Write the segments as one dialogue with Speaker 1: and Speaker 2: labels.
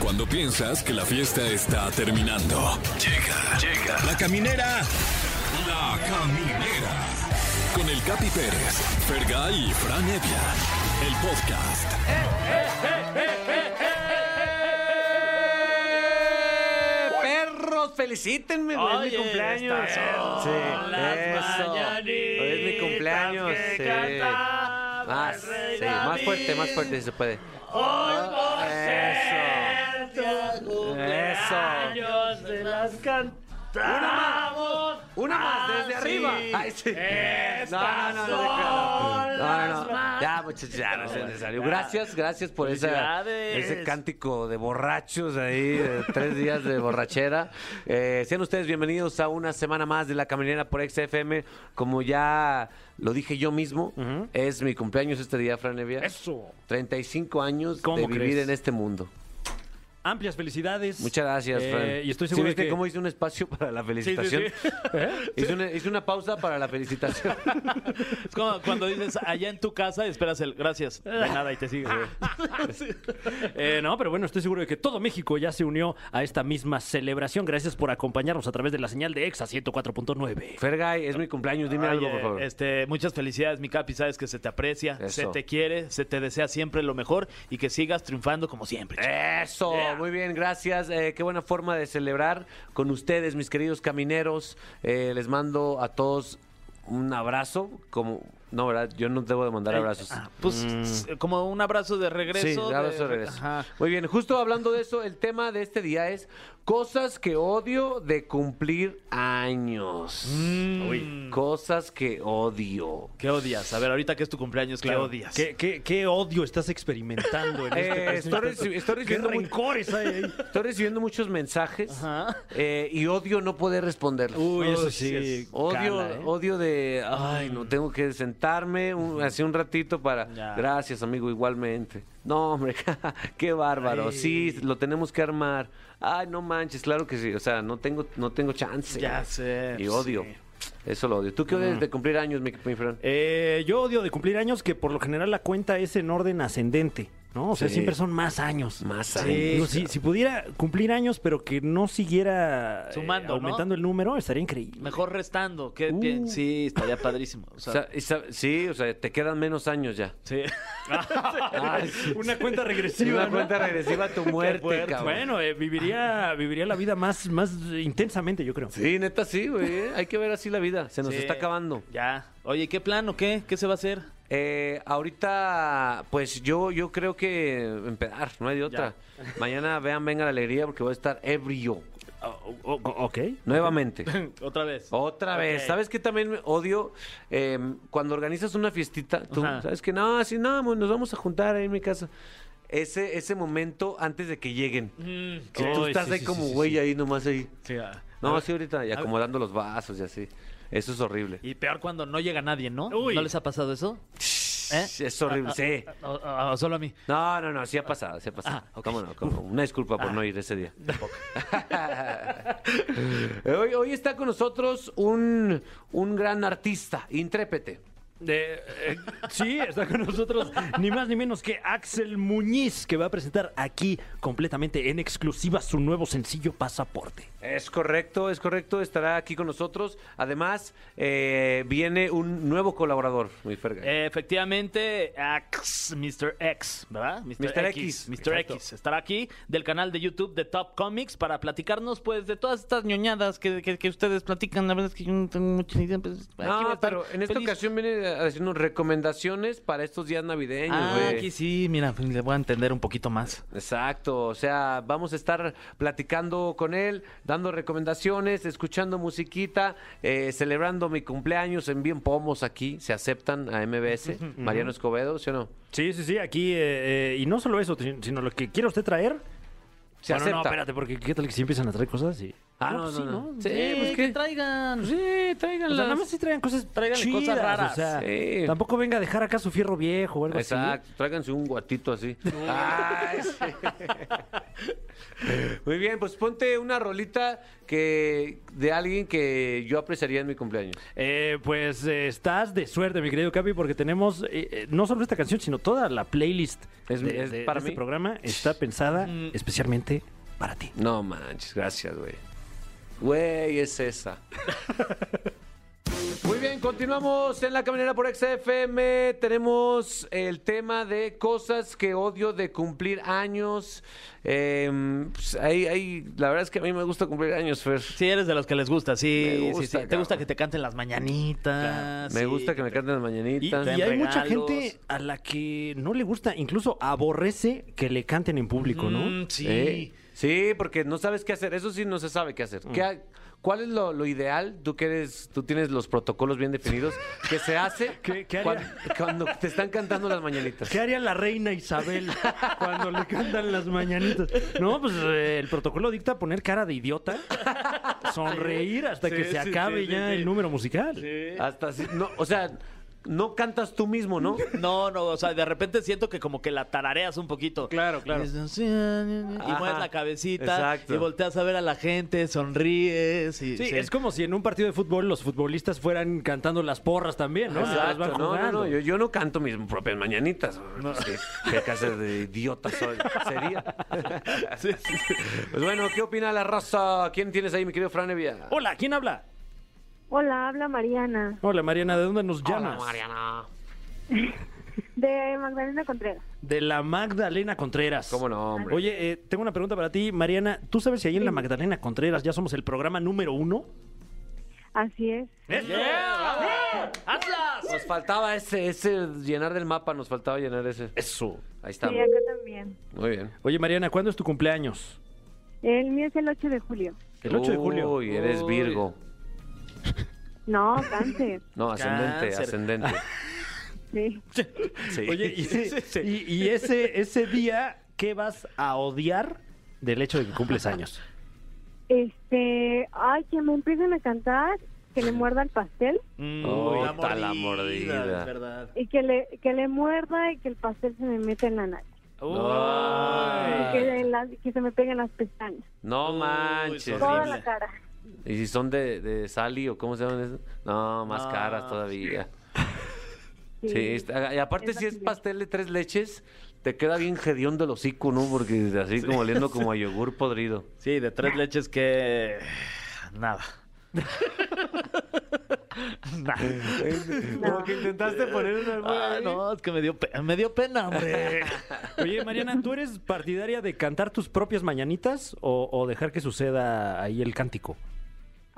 Speaker 1: Cuando piensas que la fiesta está terminando. Llega, llega. La caminera. La caminera. Con el Capi Pérez, Fergay y Fran Evia. El podcast.
Speaker 2: Perros, felicítenme, güey, es mi
Speaker 3: Oye,
Speaker 2: cumpleaños.
Speaker 3: estas son las
Speaker 2: eso. Hoy es mi
Speaker 3: mañanitas
Speaker 2: cumpleaños.
Speaker 3: que
Speaker 2: sí.
Speaker 3: cantaba
Speaker 2: Más,
Speaker 3: el rey
Speaker 2: sí, más
Speaker 3: David.
Speaker 2: fuerte, más fuerte si se puede.
Speaker 3: Hoy por
Speaker 2: Eso.
Speaker 3: ser Este tu cumpleaños de las Ah, cantamos.
Speaker 2: Una más, desde
Speaker 3: así.
Speaker 2: arriba. Ah, Ay, sí.
Speaker 3: Estas
Speaker 2: No, no, no, no, no,
Speaker 3: son
Speaker 2: no, no,
Speaker 3: las
Speaker 2: no.
Speaker 3: más-
Speaker 2: Ya, muchachos, ya no es necesario. Gracias, gracias por esa,
Speaker 3: Felicidades.
Speaker 2: ese cántico de borrachos ahí, de tres días de borrachera. Eh, sean ustedes bienvenidos a una semana más de La Caminera por XFM. Como ya lo dije yo mismo, es mi cumpleaños este día, Fran Evia.
Speaker 4: Eso.
Speaker 2: 35 años de
Speaker 4: ¿Cómo
Speaker 2: vivir
Speaker 4: crees?
Speaker 2: en este mundo.
Speaker 4: Amplias felicidades.
Speaker 2: Muchas gracias,
Speaker 4: Eh,
Speaker 2: Fran.
Speaker 4: Y estoy
Speaker 2: ¿Sí
Speaker 4: seguro de
Speaker 2: viste
Speaker 4: que
Speaker 2: cómo hice un espacio para la felicitación?
Speaker 4: sí. ¿Eh?
Speaker 2: Hice, una, hice una pausa para la felicitación.
Speaker 5: Es como cuando dices allá en tu casa y esperas el gracias.
Speaker 4: de nada y te sigue. Eh, no, pero bueno, estoy seguro de que todo México ya se unió a esta misma celebración. Gracias por acompañarnos a través de la señal de Exa 104.9.
Speaker 2: Fergay, es mi cumpleaños, dime algo,
Speaker 5: Oye,
Speaker 2: por favor.
Speaker 5: Este, muchas felicidades, mi Capi. Sabes que se te aprecia, se
Speaker 2: Eso.
Speaker 5: te quiere, se te desea siempre lo mejor y que sigas triunfando como siempre. chico.
Speaker 2: Eso, muy bien, gracias. Eh, qué buena forma de celebrar con ustedes, mis queridos camineros. Eh, les mando a todos un abrazo. Como, no, verdad, yo no debo de mandar Eh, abrazos. Mm.
Speaker 5: Ah, pues s- como un abrazo de
Speaker 2: Sí,
Speaker 5: regreso.
Speaker 2: abrazo de regreso.
Speaker 5: Ajá.
Speaker 2: Muy bien, justo hablando de eso, el tema de este día es cosas que odio de cumplir años. Uy. Cosas que odio.
Speaker 5: ¿Qué odias? A ver, ahorita que es tu cumpleaños, ¿qué
Speaker 4: Claro.
Speaker 5: odias?
Speaker 4: ¿Qué, qué- qué odio estás experimentando en
Speaker 2: Eh,
Speaker 4: este
Speaker 2: estoy
Speaker 4: presente?
Speaker 2: recibi- estoy
Speaker 4: ¿Qué
Speaker 2: recibiendo muy-
Speaker 4: rencores hay ahí?
Speaker 2: Estoy recibiendo muchos mensajes
Speaker 5: Ajá.
Speaker 2: eh, y odio no poder responderlos.
Speaker 4: Uy, eso
Speaker 5: Uy, sí
Speaker 4: sí.
Speaker 5: es-
Speaker 2: Odio,
Speaker 4: cala, ¿eh?
Speaker 2: odio de, ay, no tengo que sentarme un, así un ratito para,
Speaker 5: Ya.
Speaker 2: gracias amigo, igualmente. No, hombre, qué bárbaro. Sí, lo tenemos que armar. Ay, no manches, claro que sí. O sea, no tengo, no tengo chance.
Speaker 5: Ya sé,
Speaker 2: Y
Speaker 5: pues,
Speaker 2: odio.
Speaker 5: sí.
Speaker 2: Eso lo odio. ¿Tú qué odias de cumplir años, mi, mi Fran?
Speaker 4: Eh, yo odio de cumplir años que por lo general la cuenta es en orden ascendente, ¿no? O sea,
Speaker 2: Sí.
Speaker 4: siempre son más años.
Speaker 2: Más
Speaker 4: Sí,
Speaker 2: años.
Speaker 4: digo, si, si pudiera cumplir años, pero que no siguiera eh,
Speaker 5: Sumando, ¿no?
Speaker 4: aumentando el número, estaría increíble.
Speaker 5: Mejor restando. ¿qué pi-
Speaker 2: Uh.
Speaker 5: Sí, estaría padrísimo. O sea,
Speaker 2: O sea, y sab- sí, o sea, te quedan menos años ya.
Speaker 5: sí. Ah,
Speaker 2: Ay, sí.
Speaker 4: Una cuenta
Speaker 2: Sí,
Speaker 4: regresiva.
Speaker 2: una cuenta regresiva a tu muerte,
Speaker 5: fuerte.
Speaker 2: cabrón.
Speaker 4: Bueno, eh, viviría, viviría la vida más, más eh, intensamente, yo creo.
Speaker 2: Sí, neta, sí, güey. ¿eh? Hay que ver así la vida. Se nos
Speaker 5: Sí.
Speaker 2: está acabando.
Speaker 5: Ya. Oye, ¿qué plan o qué? ¿Qué se va a hacer?
Speaker 2: Eh, ahorita, pues yo, yo creo que empezar, no hay de otra. Mañana vean, venga la alegría porque voy a estar ebrio
Speaker 4: O- o- o- Oh, ok.
Speaker 2: nuevamente.
Speaker 5: Otra vez.
Speaker 2: Otra vez,
Speaker 5: Ok.
Speaker 2: ¿sabes qué también me odio? Eh, cuando organizas una fiestita, tú
Speaker 5: Ajá.
Speaker 2: sabes que no, así no, mo- nos vamos a juntar ahí en mi casa. Ese, ese momento antes de que lleguen. Que tú
Speaker 4: Mm. Ay,
Speaker 2: estás
Speaker 4: sí,
Speaker 2: ahí
Speaker 4: sí,
Speaker 2: como
Speaker 4: sí, sí,
Speaker 2: güey
Speaker 4: sí.
Speaker 2: ahí nomás ahí.
Speaker 5: Sí, ah.
Speaker 2: No, así ahorita, y acomodando los vasos y así. Eso es horrible.
Speaker 5: Y peor cuando no llega nadie, ¿no?
Speaker 4: Uy.
Speaker 5: ¿No les ha pasado eso?
Speaker 2: Es horrible, sí.
Speaker 5: O, o- o solo a mí.
Speaker 2: No, no, no, sí ha pasado, sí ha pasado. ¿Cómo no? cómo no. Una disculpa por no ir ese día. hoy, hoy está con nosotros un, un gran artista, intrépete.
Speaker 4: Eh, eh, sí, está con nosotros ni más ni menos que Axel Muñiz, que va a presentar aquí completamente en exclusiva su nuevo sencillo Pasaporte.
Speaker 2: Es correcto, es correcto, estará aquí con nosotros. Además, eh, viene un nuevo colaborador, muy ferga.
Speaker 5: Eh, efectivamente, Ax, Mr. X, ¿verdad?
Speaker 2: Mr. X,
Speaker 5: Mr.
Speaker 2: exacto.
Speaker 5: X estará aquí del canal de YouTube de Top Comics para platicarnos, pues, de todas estas ñoñadas que, que- que ustedes platican. La verdad es que yo no tengo mucha idea. Pues, aquí voy a
Speaker 2: no,
Speaker 5: estar
Speaker 2: pero en esta
Speaker 5: feliz.
Speaker 2: ocasión viene a decirnos recomendaciones para estos días navideños.
Speaker 5: Ah,
Speaker 2: güey.
Speaker 5: aquí sí, mira, pues, le voy a entender un poquito más.
Speaker 2: Exacto, o sea, vamos a estar platicando con él, dando recomendaciones, escuchando musiquita, eh, celebrando mi cumpleaños en Bien Pomos aquí, se aceptan a MBS, Mariano Escobedo, ¿sí o no?
Speaker 4: Sí, sí, sí, aquí, eh, eh, y no solo eso, ti- sino lo que quiera usted traer.
Speaker 2: Se
Speaker 4: bueno, no,
Speaker 2: acepta.
Speaker 4: espérate, porque qué tal que si empiezan a traer cosas y...
Speaker 2: Ah, no,
Speaker 4: pues
Speaker 2: no, no. Sí,
Speaker 5: Eh,
Speaker 2: pues,
Speaker 5: que
Speaker 2: ¿qué?
Speaker 5: traigan.
Speaker 2: Sí,
Speaker 4: O
Speaker 2: tráiganlas.
Speaker 4: sea, nada más si traigan cosas
Speaker 5: Tráiganle
Speaker 4: chidas,
Speaker 5: cosas raras.
Speaker 4: O sea,
Speaker 2: Sí.
Speaker 4: Tampoco venga a dejar acá su fierro viejo o algo así.
Speaker 2: Exacto, tráiganse un guatito así. Ay, sí. Muy bien, pues ponte una rolita que de alguien que yo apreciaría en mi cumpleaños.
Speaker 4: Eh, pues eh, estás de suerte, mi querido Capi, porque tenemos eh, eh, no solo esta canción, sino toda la playlist
Speaker 2: Es-
Speaker 4: de-
Speaker 2: es
Speaker 4: de- de
Speaker 2: para
Speaker 4: este
Speaker 2: mí.
Speaker 4: programa está pensada
Speaker 5: Mm.
Speaker 4: especialmente para ti.
Speaker 2: No manches, gracias, güey. Güey, es esa. Muy bien, continuamos en la caminera por XFM. Tenemos el tema de cosas que odio de cumplir años. Eh, pues, ahí- ahí- la verdad es que a mí me gusta cumplir años, Fer.
Speaker 5: Sí, eres de los que les gusta,
Speaker 2: Me
Speaker 5: sí.
Speaker 2: gusta,
Speaker 5: sí, sí. Te
Speaker 2: cabrón.
Speaker 5: gusta que te canten las
Speaker 4: Ah,
Speaker 5: mañanitas.
Speaker 2: me
Speaker 5: sí.
Speaker 2: gusta que me canten las
Speaker 4: Y,
Speaker 2: mañanitas.
Speaker 4: y hay mucha
Speaker 5: regalos.
Speaker 4: gente a la que no le gusta, incluso aborrece que le canten en público, ¿no?
Speaker 5: Mm, sí.
Speaker 2: Eh, sí, porque no sabes qué hacer. Eso sí, no se sabe qué hacer. ¿Qué ha- ¿Cuál es lo, lo ideal? Tú que eres, tú tienes los protocolos bien definidos. ¿Qué se hace
Speaker 4: ¿Qué- qué
Speaker 2: cuan-
Speaker 4: haría?
Speaker 2: cuando, te están cantando las mañanitas?
Speaker 4: ¿Qué haría la reina Isabel cuando le cantan las mañanitas? No, pues eh, el protocolo dicta poner cara de idiota, sonreír hasta que
Speaker 5: Sí,
Speaker 4: se
Speaker 5: sí,
Speaker 4: acabe
Speaker 5: sí, sí,
Speaker 4: ya
Speaker 5: sí.
Speaker 4: el número musical.
Speaker 2: Hasta así- no, o sea, no cantas tú mismo, ¿no?
Speaker 5: No, no, o sea, de repente siento que como que la tarareas un poquito.
Speaker 4: Claro, claro.
Speaker 5: Y, dices, ah, y mueves
Speaker 2: Ajá,
Speaker 5: la cabecita
Speaker 2: exacto.
Speaker 5: y volteas a ver a la gente, sonríes y
Speaker 4: Sí,
Speaker 5: sí.
Speaker 4: es como si en un partido de fútbol los futbolistas fueran cantando las porras también, ¿no? Mientras van
Speaker 2: Exacto, no, no,
Speaker 4: jugando.
Speaker 2: no, yo, yo no canto mis propias mañanitas. Sí, ¿Qué clase de idiota soy? Sería. Pues bueno, ¿qué opina la raza? ¿Quién tienes ahí, mi querido Fran Evia?
Speaker 4: Hola, ¿quién habla?
Speaker 6: Hola, habla Mariana,
Speaker 4: Hola, Mariana, ¿de dónde nos llamas?
Speaker 2: Mariana.
Speaker 6: de Magdalena Contreras.
Speaker 4: De la Magdalena Contreras.
Speaker 2: ¿Cómo no, hombre?
Speaker 4: Oye, eh, tengo una pregunta para ti, Mariana. ¿Tú sabes si ahí en la Magdalena Contreras ya somos el programa número uno?
Speaker 6: Así es.
Speaker 2: Nos faltaba ese, ese llenar del mapa, nos faltaba llenar ese.
Speaker 4: Eso.
Speaker 2: Ahí
Speaker 6: Sí,
Speaker 2: estamos.
Speaker 6: acá también.
Speaker 2: Muy bien.
Speaker 4: Oye, Mariana, ¿cuándo es tu cumpleaños?
Speaker 6: El mío es el 8 de julio.
Speaker 4: El 8 de julio.
Speaker 2: Uy, eres Virgo.
Speaker 6: No, cáncer.
Speaker 2: No, ascendente,
Speaker 5: Cáncer.
Speaker 2: ascendente.
Speaker 6: Sí.
Speaker 2: Sí.
Speaker 4: Oye, y, y- y ese, ese día, ¿qué vas a odiar del hecho de que cumples años?
Speaker 6: Este, ay, que me empiecen a cantar, que le muerda el pastel
Speaker 5: Mm,
Speaker 2: Oh,
Speaker 5: la
Speaker 2: está la mordida.
Speaker 5: es verdad.
Speaker 6: y que le que le muerda y que el pastel se me meta en la nariz,
Speaker 2: Ay.
Speaker 6: y que, las- que se me peguen las pestañas,
Speaker 2: No
Speaker 5: Uy,
Speaker 2: manches.
Speaker 5: es horrible.
Speaker 6: toda la cara.
Speaker 2: ¿Y si son de, de Sally o cómo se llaman eso? No, más
Speaker 5: No,
Speaker 2: caras todavía. Sí, está- y aparte
Speaker 6: Es
Speaker 2: si es
Speaker 6: horrible.
Speaker 2: pastel de tres leches, te queda bien hediondo el hocico, ¿no? Porque así como oliendo como a yogur podrido.
Speaker 5: Sí, de tres leches que nada. Nada.
Speaker 6: Como que
Speaker 2: intentaste poner
Speaker 5: Ah, no, es que me dio, pe- me dio pena, hombre.
Speaker 4: Oye, Mariana, ¿tú eres partidaria de cantar tus propias mañanitas o, o dejar que suceda ahí el cántico?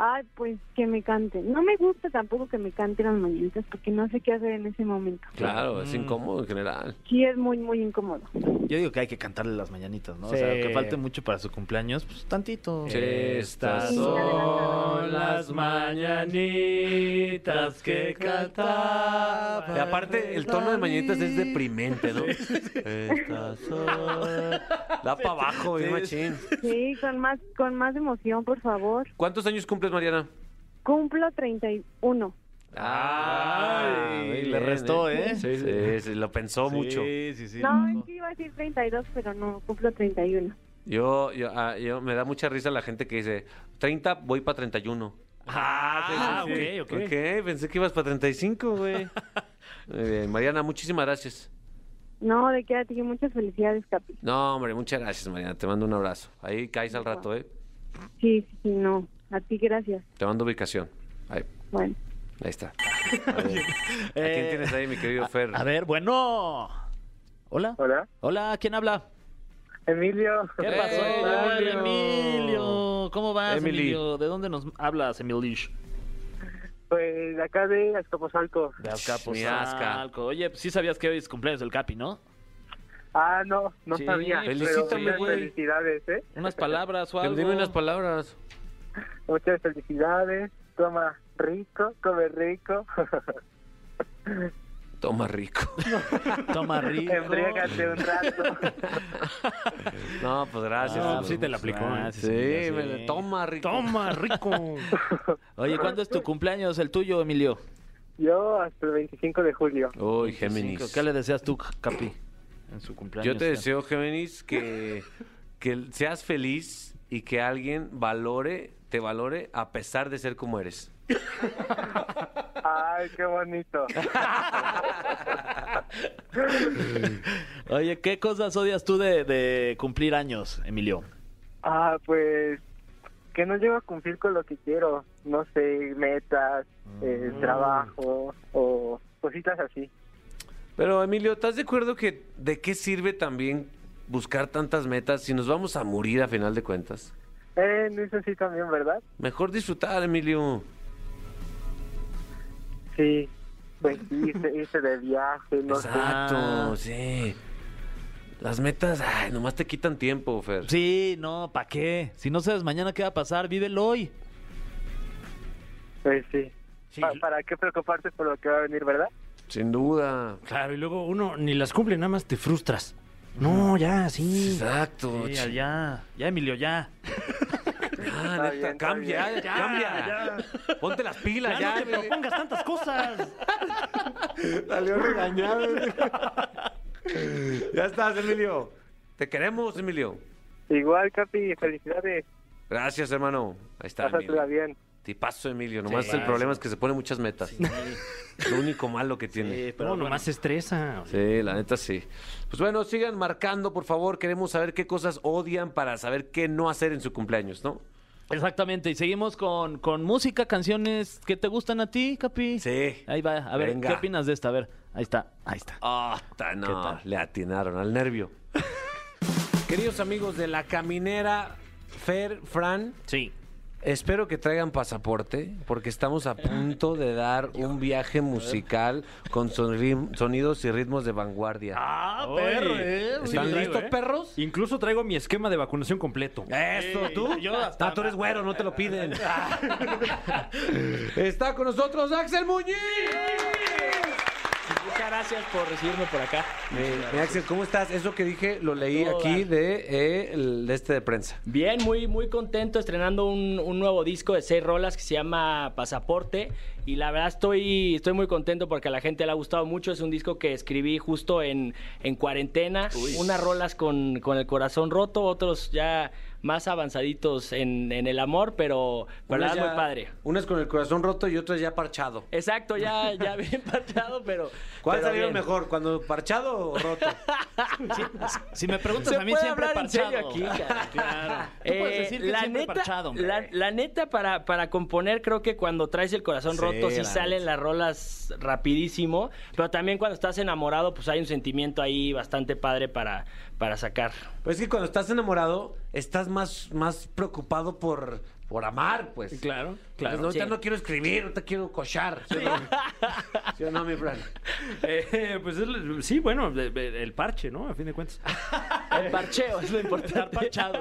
Speaker 6: Ay, pues que me canten. No me gusta tampoco que me canten las mañanitas porque no sé qué hacer en ese momento.
Speaker 2: Claro, es incómodo en general.
Speaker 6: Sí, es muy, muy incómodo.
Speaker 5: Yo digo que hay que cantarle las mañanitas, ¿no? O
Speaker 4: Sí.
Speaker 5: sea, que falte mucho para su cumpleaños, pues tantito.
Speaker 2: Estas
Speaker 6: son
Speaker 2: las
Speaker 4: mañanitas
Speaker 5: que cantaba.
Speaker 2: Y aparte, el tono de mañanitas es deprimente, ¿no? Estas son- Da para abajo, bien machín.
Speaker 6: Sí, con más con más emoción, por favor.
Speaker 2: ¿Cuántos años cumples, Mariana?
Speaker 6: Cumplo 31.
Speaker 5: Ay,
Speaker 2: muy
Speaker 5: le restó, ¿eh?
Speaker 2: Sí, sí, sí, lo pensó mucho.
Speaker 5: Sí, sí, sí.
Speaker 6: No, es que iba a decir 32, pero no, cumplo 31.
Speaker 2: Yo, yo, ah, yo- me da mucha risa la gente que dice, 30, voy para 31.
Speaker 4: Ah,
Speaker 2: sí, sí, sí.
Speaker 4: ok, ok.
Speaker 2: Ok, pensé que ibas para 35, güey. Muy bien, Mariana, muchísimas gracias.
Speaker 6: No, de qué a ti, muchas felicidades, Capi.
Speaker 2: No, hombre, muchas gracias, Mariana. Te mando un abrazo. Ahí caes al rato, ¿eh?
Speaker 6: Sí, sí, sí, no. A ti, gracias.
Speaker 2: Te mando ubicación. Ahí,
Speaker 6: Bueno.
Speaker 2: ahí está. A, ver. ¿A quién
Speaker 5: Eh,
Speaker 2: tienes ahí, mi querido Fer?
Speaker 5: A ver, bueno. Hola.
Speaker 7: Hola.
Speaker 5: Hola, ¿quién habla?
Speaker 7: Emilio.
Speaker 5: ¿Qué
Speaker 2: ¡Eh,
Speaker 5: pasó,
Speaker 2: Emilio!
Speaker 5: Emilio? ¿Cómo vas,
Speaker 2: Emily.
Speaker 5: Emilio? ¿De dónde nos hablas, Emilio?
Speaker 7: Pues de acá de Azcapotzalco.
Speaker 2: Mi
Speaker 5: De
Speaker 2: asca.
Speaker 5: Azcapotzalco. ah, Oye, pues, sí sabías que hoy es cumpleaños del Capi, ¿no?
Speaker 7: Ah, no, no
Speaker 5: Sí,
Speaker 7: sabía.
Speaker 2: felicítame,
Speaker 7: pero muchas
Speaker 2: güey.
Speaker 7: felicidades, ¿eh?
Speaker 5: Unas palabras o algo.
Speaker 2: Dime unas palabras.
Speaker 7: Muchas felicidades. Toma rico, come rico.
Speaker 2: Toma rico.
Speaker 5: Toma rico.
Speaker 7: Embriágate un rato.
Speaker 2: No, pues gracias.
Speaker 4: No, sí te la aplicó,
Speaker 5: Ah,
Speaker 4: ¿eh?
Speaker 2: Sí,
Speaker 5: sí, sí, ya
Speaker 2: me
Speaker 5: sé.
Speaker 2: la- toma rico.
Speaker 4: Toma, rico.
Speaker 5: Oye, ¿cuándo es tu cumpleaños, el tuyo, Emilio?
Speaker 7: Yo hasta el 25 de julio.
Speaker 2: Uy,
Speaker 5: 25.
Speaker 2: Géminis.
Speaker 5: ¿Qué le deseas tú, Capi, en su cumpleaños?
Speaker 2: Yo te deseo, Géminis, que que seas feliz y que alguien valore, te valore a pesar de ser como eres.
Speaker 7: Ay, qué bonito.
Speaker 5: Oye, ¿qué cosas odias tú de, de cumplir años, Emilio?
Speaker 7: Ah, pues que no llego a cumplir con lo que quiero. No sé, metas, eh,
Speaker 2: Mm.
Speaker 7: trabajo o cositas así.
Speaker 2: Pero Emilio, ¿estás de acuerdo que de qué sirve también buscar tantas metas si nos vamos a morir a final de cuentas?
Speaker 7: Eh, no eso sí también, ¿verdad?
Speaker 2: Mejor disfrutar, Emilio.
Speaker 7: Sí. Pues sí, irse, irse de viaje, no
Speaker 2: Exacto, sí. Las metas, ay, nomás te quitan tiempo, Fer.
Speaker 5: Sí, no, ¿para qué? Si no sabes mañana qué va a pasar, vívelo hoy.
Speaker 7: sé. Pues sí.
Speaker 4: Sí.
Speaker 7: Pa- ¿Para qué preocuparte por lo que va a venir, verdad?
Speaker 2: Sin duda.
Speaker 4: Claro, y luego uno ni las cumple, nada más te frustras. No, ya, sí.
Speaker 2: Exacto.
Speaker 5: Sí,
Speaker 2: ch-
Speaker 5: ya, ya, Emilio, ya.
Speaker 2: Ah,
Speaker 7: Está
Speaker 2: neta,
Speaker 7: bien, está
Speaker 2: cambia,
Speaker 7: bien.
Speaker 2: ya, cambia. Ponte las pilas, ya.
Speaker 4: no te
Speaker 2: Emilio.
Speaker 4: propongas tantas cosas.
Speaker 2: Salió regañado. ya estás, Emilio. Te queremos, Emilio.
Speaker 7: Igual, Capi, felicidades.
Speaker 2: Gracias, hermano. Ahí está.
Speaker 7: Pásatela
Speaker 2: Emilio.
Speaker 7: bien.
Speaker 2: Tipazo, Emilio. Nomás el
Speaker 5: claro.
Speaker 2: problema es que se pone muchas metas. Lo único malo que tiene.
Speaker 5: Sí,
Speaker 2: Sí.
Speaker 5: pero
Speaker 4: Eh, no,
Speaker 5: bueno.
Speaker 4: nomás se estresa.
Speaker 2: la neta sí. Pues bueno, sigan marcando, por favor. Queremos saber qué cosas odian para saber qué no hacer en su cumpleaños, ¿no?
Speaker 5: Exactamente, y seguimos con, con música, canciones que te gustan a ti, Capi.
Speaker 2: Sí.
Speaker 5: Ahí va, a ver,
Speaker 2: Venga.
Speaker 5: ¿qué opinas de esta? A ver, ahí está, ahí está.
Speaker 2: Ah, ta- no,
Speaker 5: tal?
Speaker 2: le atinaron al nervio. Queridos amigos de La Caminera, Fer, Fran,
Speaker 4: Sí.
Speaker 2: Espero que traigan pasaporte, porque estamos a punto de dar un viaje musical con sonri- sonidos y ritmos de vanguardia.
Speaker 4: Ah,
Speaker 5: perro, eh.
Speaker 2: sí lo
Speaker 4: ¿Están
Speaker 2: traigo,
Speaker 4: listos,
Speaker 2: eh.
Speaker 4: perros? Incluso traigo mi esquema de vacunación completo.
Speaker 2: Eso, tú.
Speaker 5: yo hasta
Speaker 2: Ah, tú eres güero, no te lo piden. Está con nosotros Axel Muñiz.
Speaker 5: Muchas gracias por recibirme por acá.
Speaker 2: Eh, eh, Axel, ¿cómo estás? Eso que dije lo leí
Speaker 8: Todo
Speaker 2: aquí
Speaker 8: dar.
Speaker 2: de, eh, el- de este de prensa.
Speaker 8: Bien, muy, muy contento estrenando un, un nuevo disco de seis rolas que se llama Pasaporte y la verdad estoy, estoy muy contento porque a la gente le ha gustado mucho. Es un disco que escribí justo en, en cuarentena, unas rolas con, con el corazón roto, otros ya más avanzaditos en, en el amor, pero pero la
Speaker 2: Unas
Speaker 8: verdad
Speaker 2: ya-
Speaker 8: muy padre.
Speaker 2: Unas con el corazón roto y otras ya parchado.
Speaker 8: Exacto, ya, ya bien parchado, pero...
Speaker 2: ¿Cuál
Speaker 8: pero
Speaker 2: salió
Speaker 8: bien.
Speaker 2: mejor? ¿Cuando parchado o roto?
Speaker 5: Si me preguntas,
Speaker 8: Se
Speaker 5: a mí
Speaker 8: puede
Speaker 5: siempre
Speaker 8: hablar en serio
Speaker 5: parchado.
Speaker 8: aquí, cara.
Speaker 5: claro. Tú
Speaker 8: Eh,
Speaker 5: puedes decir que
Speaker 8: la
Speaker 5: siempre
Speaker 8: neta,
Speaker 5: parchado, hombre.
Speaker 8: la, la neta para, para componer creo que cuando traes el corazón
Speaker 2: Sí,
Speaker 8: roto
Speaker 2: la
Speaker 8: sí salen las rolas rapidísimo, pero también cuando estás enamorado pues hay un sentimiento ahí bastante padre para, para sacar.
Speaker 2: Pues es que cuando estás enamorado, estás más, más preocupado por, por amar, pues.
Speaker 8: Claro,
Speaker 2: Claro.
Speaker 8: claro.
Speaker 2: no, ahorita
Speaker 8: Sí.
Speaker 2: no quiero escribir, no te quiero cochar. ¿Sí o no? ¿Sí o no, mi Fran?
Speaker 4: Eh, pues es- sí, bueno, de- de- el parche, ¿no? A fin de cuentas.
Speaker 8: El parcheo es lo importante. parchado,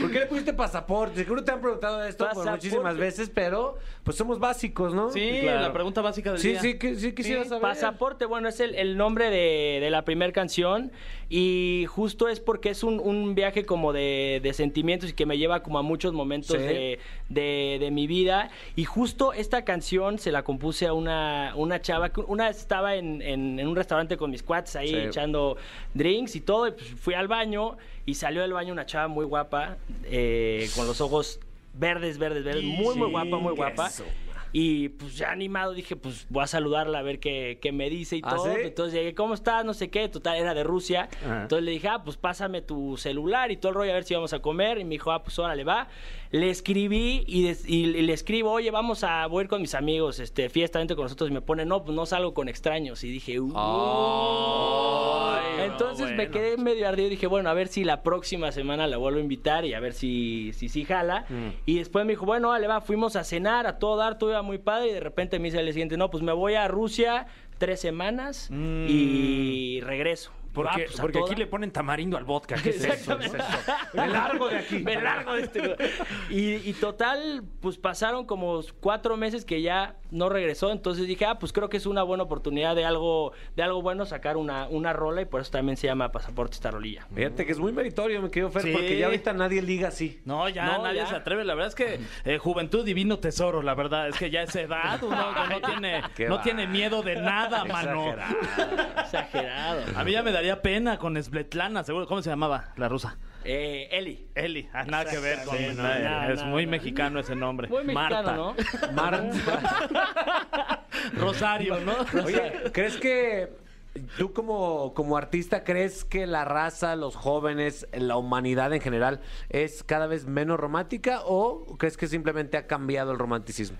Speaker 2: ¿Por qué le pusiste pasaporte? Seguro te han preguntado esto por
Speaker 8: Pasaporte.
Speaker 2: muchísimas veces, pero pues somos básicos, ¿no?
Speaker 5: Sí,
Speaker 8: Claro.
Speaker 5: la pregunta básica del
Speaker 2: Sí,
Speaker 5: día.
Speaker 2: sí, que- sí quisiera saber.
Speaker 8: Pasaporte, bueno, es el, el nombre de, de la primera canción y justo es porque es un, un viaje como de, de sentimientos y que me lleva como a muchos momentos
Speaker 2: Sí.
Speaker 8: de, de- de mi vida. Y justo esta canción se la compuse a una, una chava, que una vez estaba en, en- en un restaurante con mis cuates ahí
Speaker 2: Sí.
Speaker 8: echando drinks y todo, y pues fui al baño y salió del baño una chava muy guapa, eh, con los ojos verdes, verdes, verdes, muy, muy guapa, muy guapa. Y pues ya animado dije, pues voy a saludarla a ver qué, qué me dice y
Speaker 2: ¿Ah,
Speaker 8: todo.
Speaker 2: sí?
Speaker 8: Entonces llegué, ¿cómo estás? No sé qué, total, era de Rusia.
Speaker 4: Ajá.
Speaker 8: Entonces le dije, ah, pues pásame tu celular y todo el rollo a ver si vamos a comer. Y me dijo, ah, pues órale, va. Le escribí y, des- y le escribo, oye, vamos a voy a ir con mis amigos, este, fiesta, vente con nosotros. Y me pone, no, pues no salgo con extraños. Y dije, "Uh". Entonces me quedé medio ardido y dije, bueno, a ver si la próxima semana la vuelvo a invitar y a ver si si, sí jala. Y después me dijo, bueno, vale, va, fuimos a cenar, a todo dar, todo iba muy padre. Y de repente me dice el siguiente, no, pues me voy a Rusia tres semanas y regreso.
Speaker 4: Porque,
Speaker 8: Va, pues, a
Speaker 4: porque aquí
Speaker 8: toda.
Speaker 4: le ponen tamarindo al vodka. ¿Qué es eso?
Speaker 8: Exactamente. Me largo de aquí. Me largo de este. Y, y total, pues pasaron como cuatro meses que ya no regresó. Entonces dije, ah, pues creo que es una buena oportunidad de algo, de algo bueno sacar una, una rola y por eso también se llama Pasaporte esta rolilla.
Speaker 2: Fíjate que es muy meritorio, me querido Fer,
Speaker 5: Sí.
Speaker 2: porque ya ahorita nadie liga así.
Speaker 5: No, ya
Speaker 8: No,
Speaker 5: nadie
Speaker 8: ya.
Speaker 5: se atreve. La verdad es que eh, juventud, divino tesoro, la verdad. Es que ya a esa edad uno que no tiene,
Speaker 2: Qué
Speaker 5: no
Speaker 2: va.
Speaker 5: tiene miedo de nada, mano.
Speaker 2: Exagerado.
Speaker 8: Exagerado.
Speaker 5: A mí ya me daría daría pena con Svetlana, seguro. ¿Cómo se llamaba la rusa?
Speaker 8: Eh, Eli.
Speaker 5: Eli. Ah, nada que ver con...
Speaker 8: Sí, no,
Speaker 5: nada,
Speaker 8: nada,
Speaker 5: es
Speaker 8: nada,
Speaker 5: muy
Speaker 8: nada.
Speaker 5: mexicano ese nombre.
Speaker 8: Muy mexicano, ¿no?
Speaker 2: Marta.
Speaker 5: Rosario, ¿no?
Speaker 2: Oye, ¿crees que tú como, como artista crees que la raza, los jóvenes, la humanidad en general es cada vez menos romántica o crees que simplemente ha cambiado el romanticismo?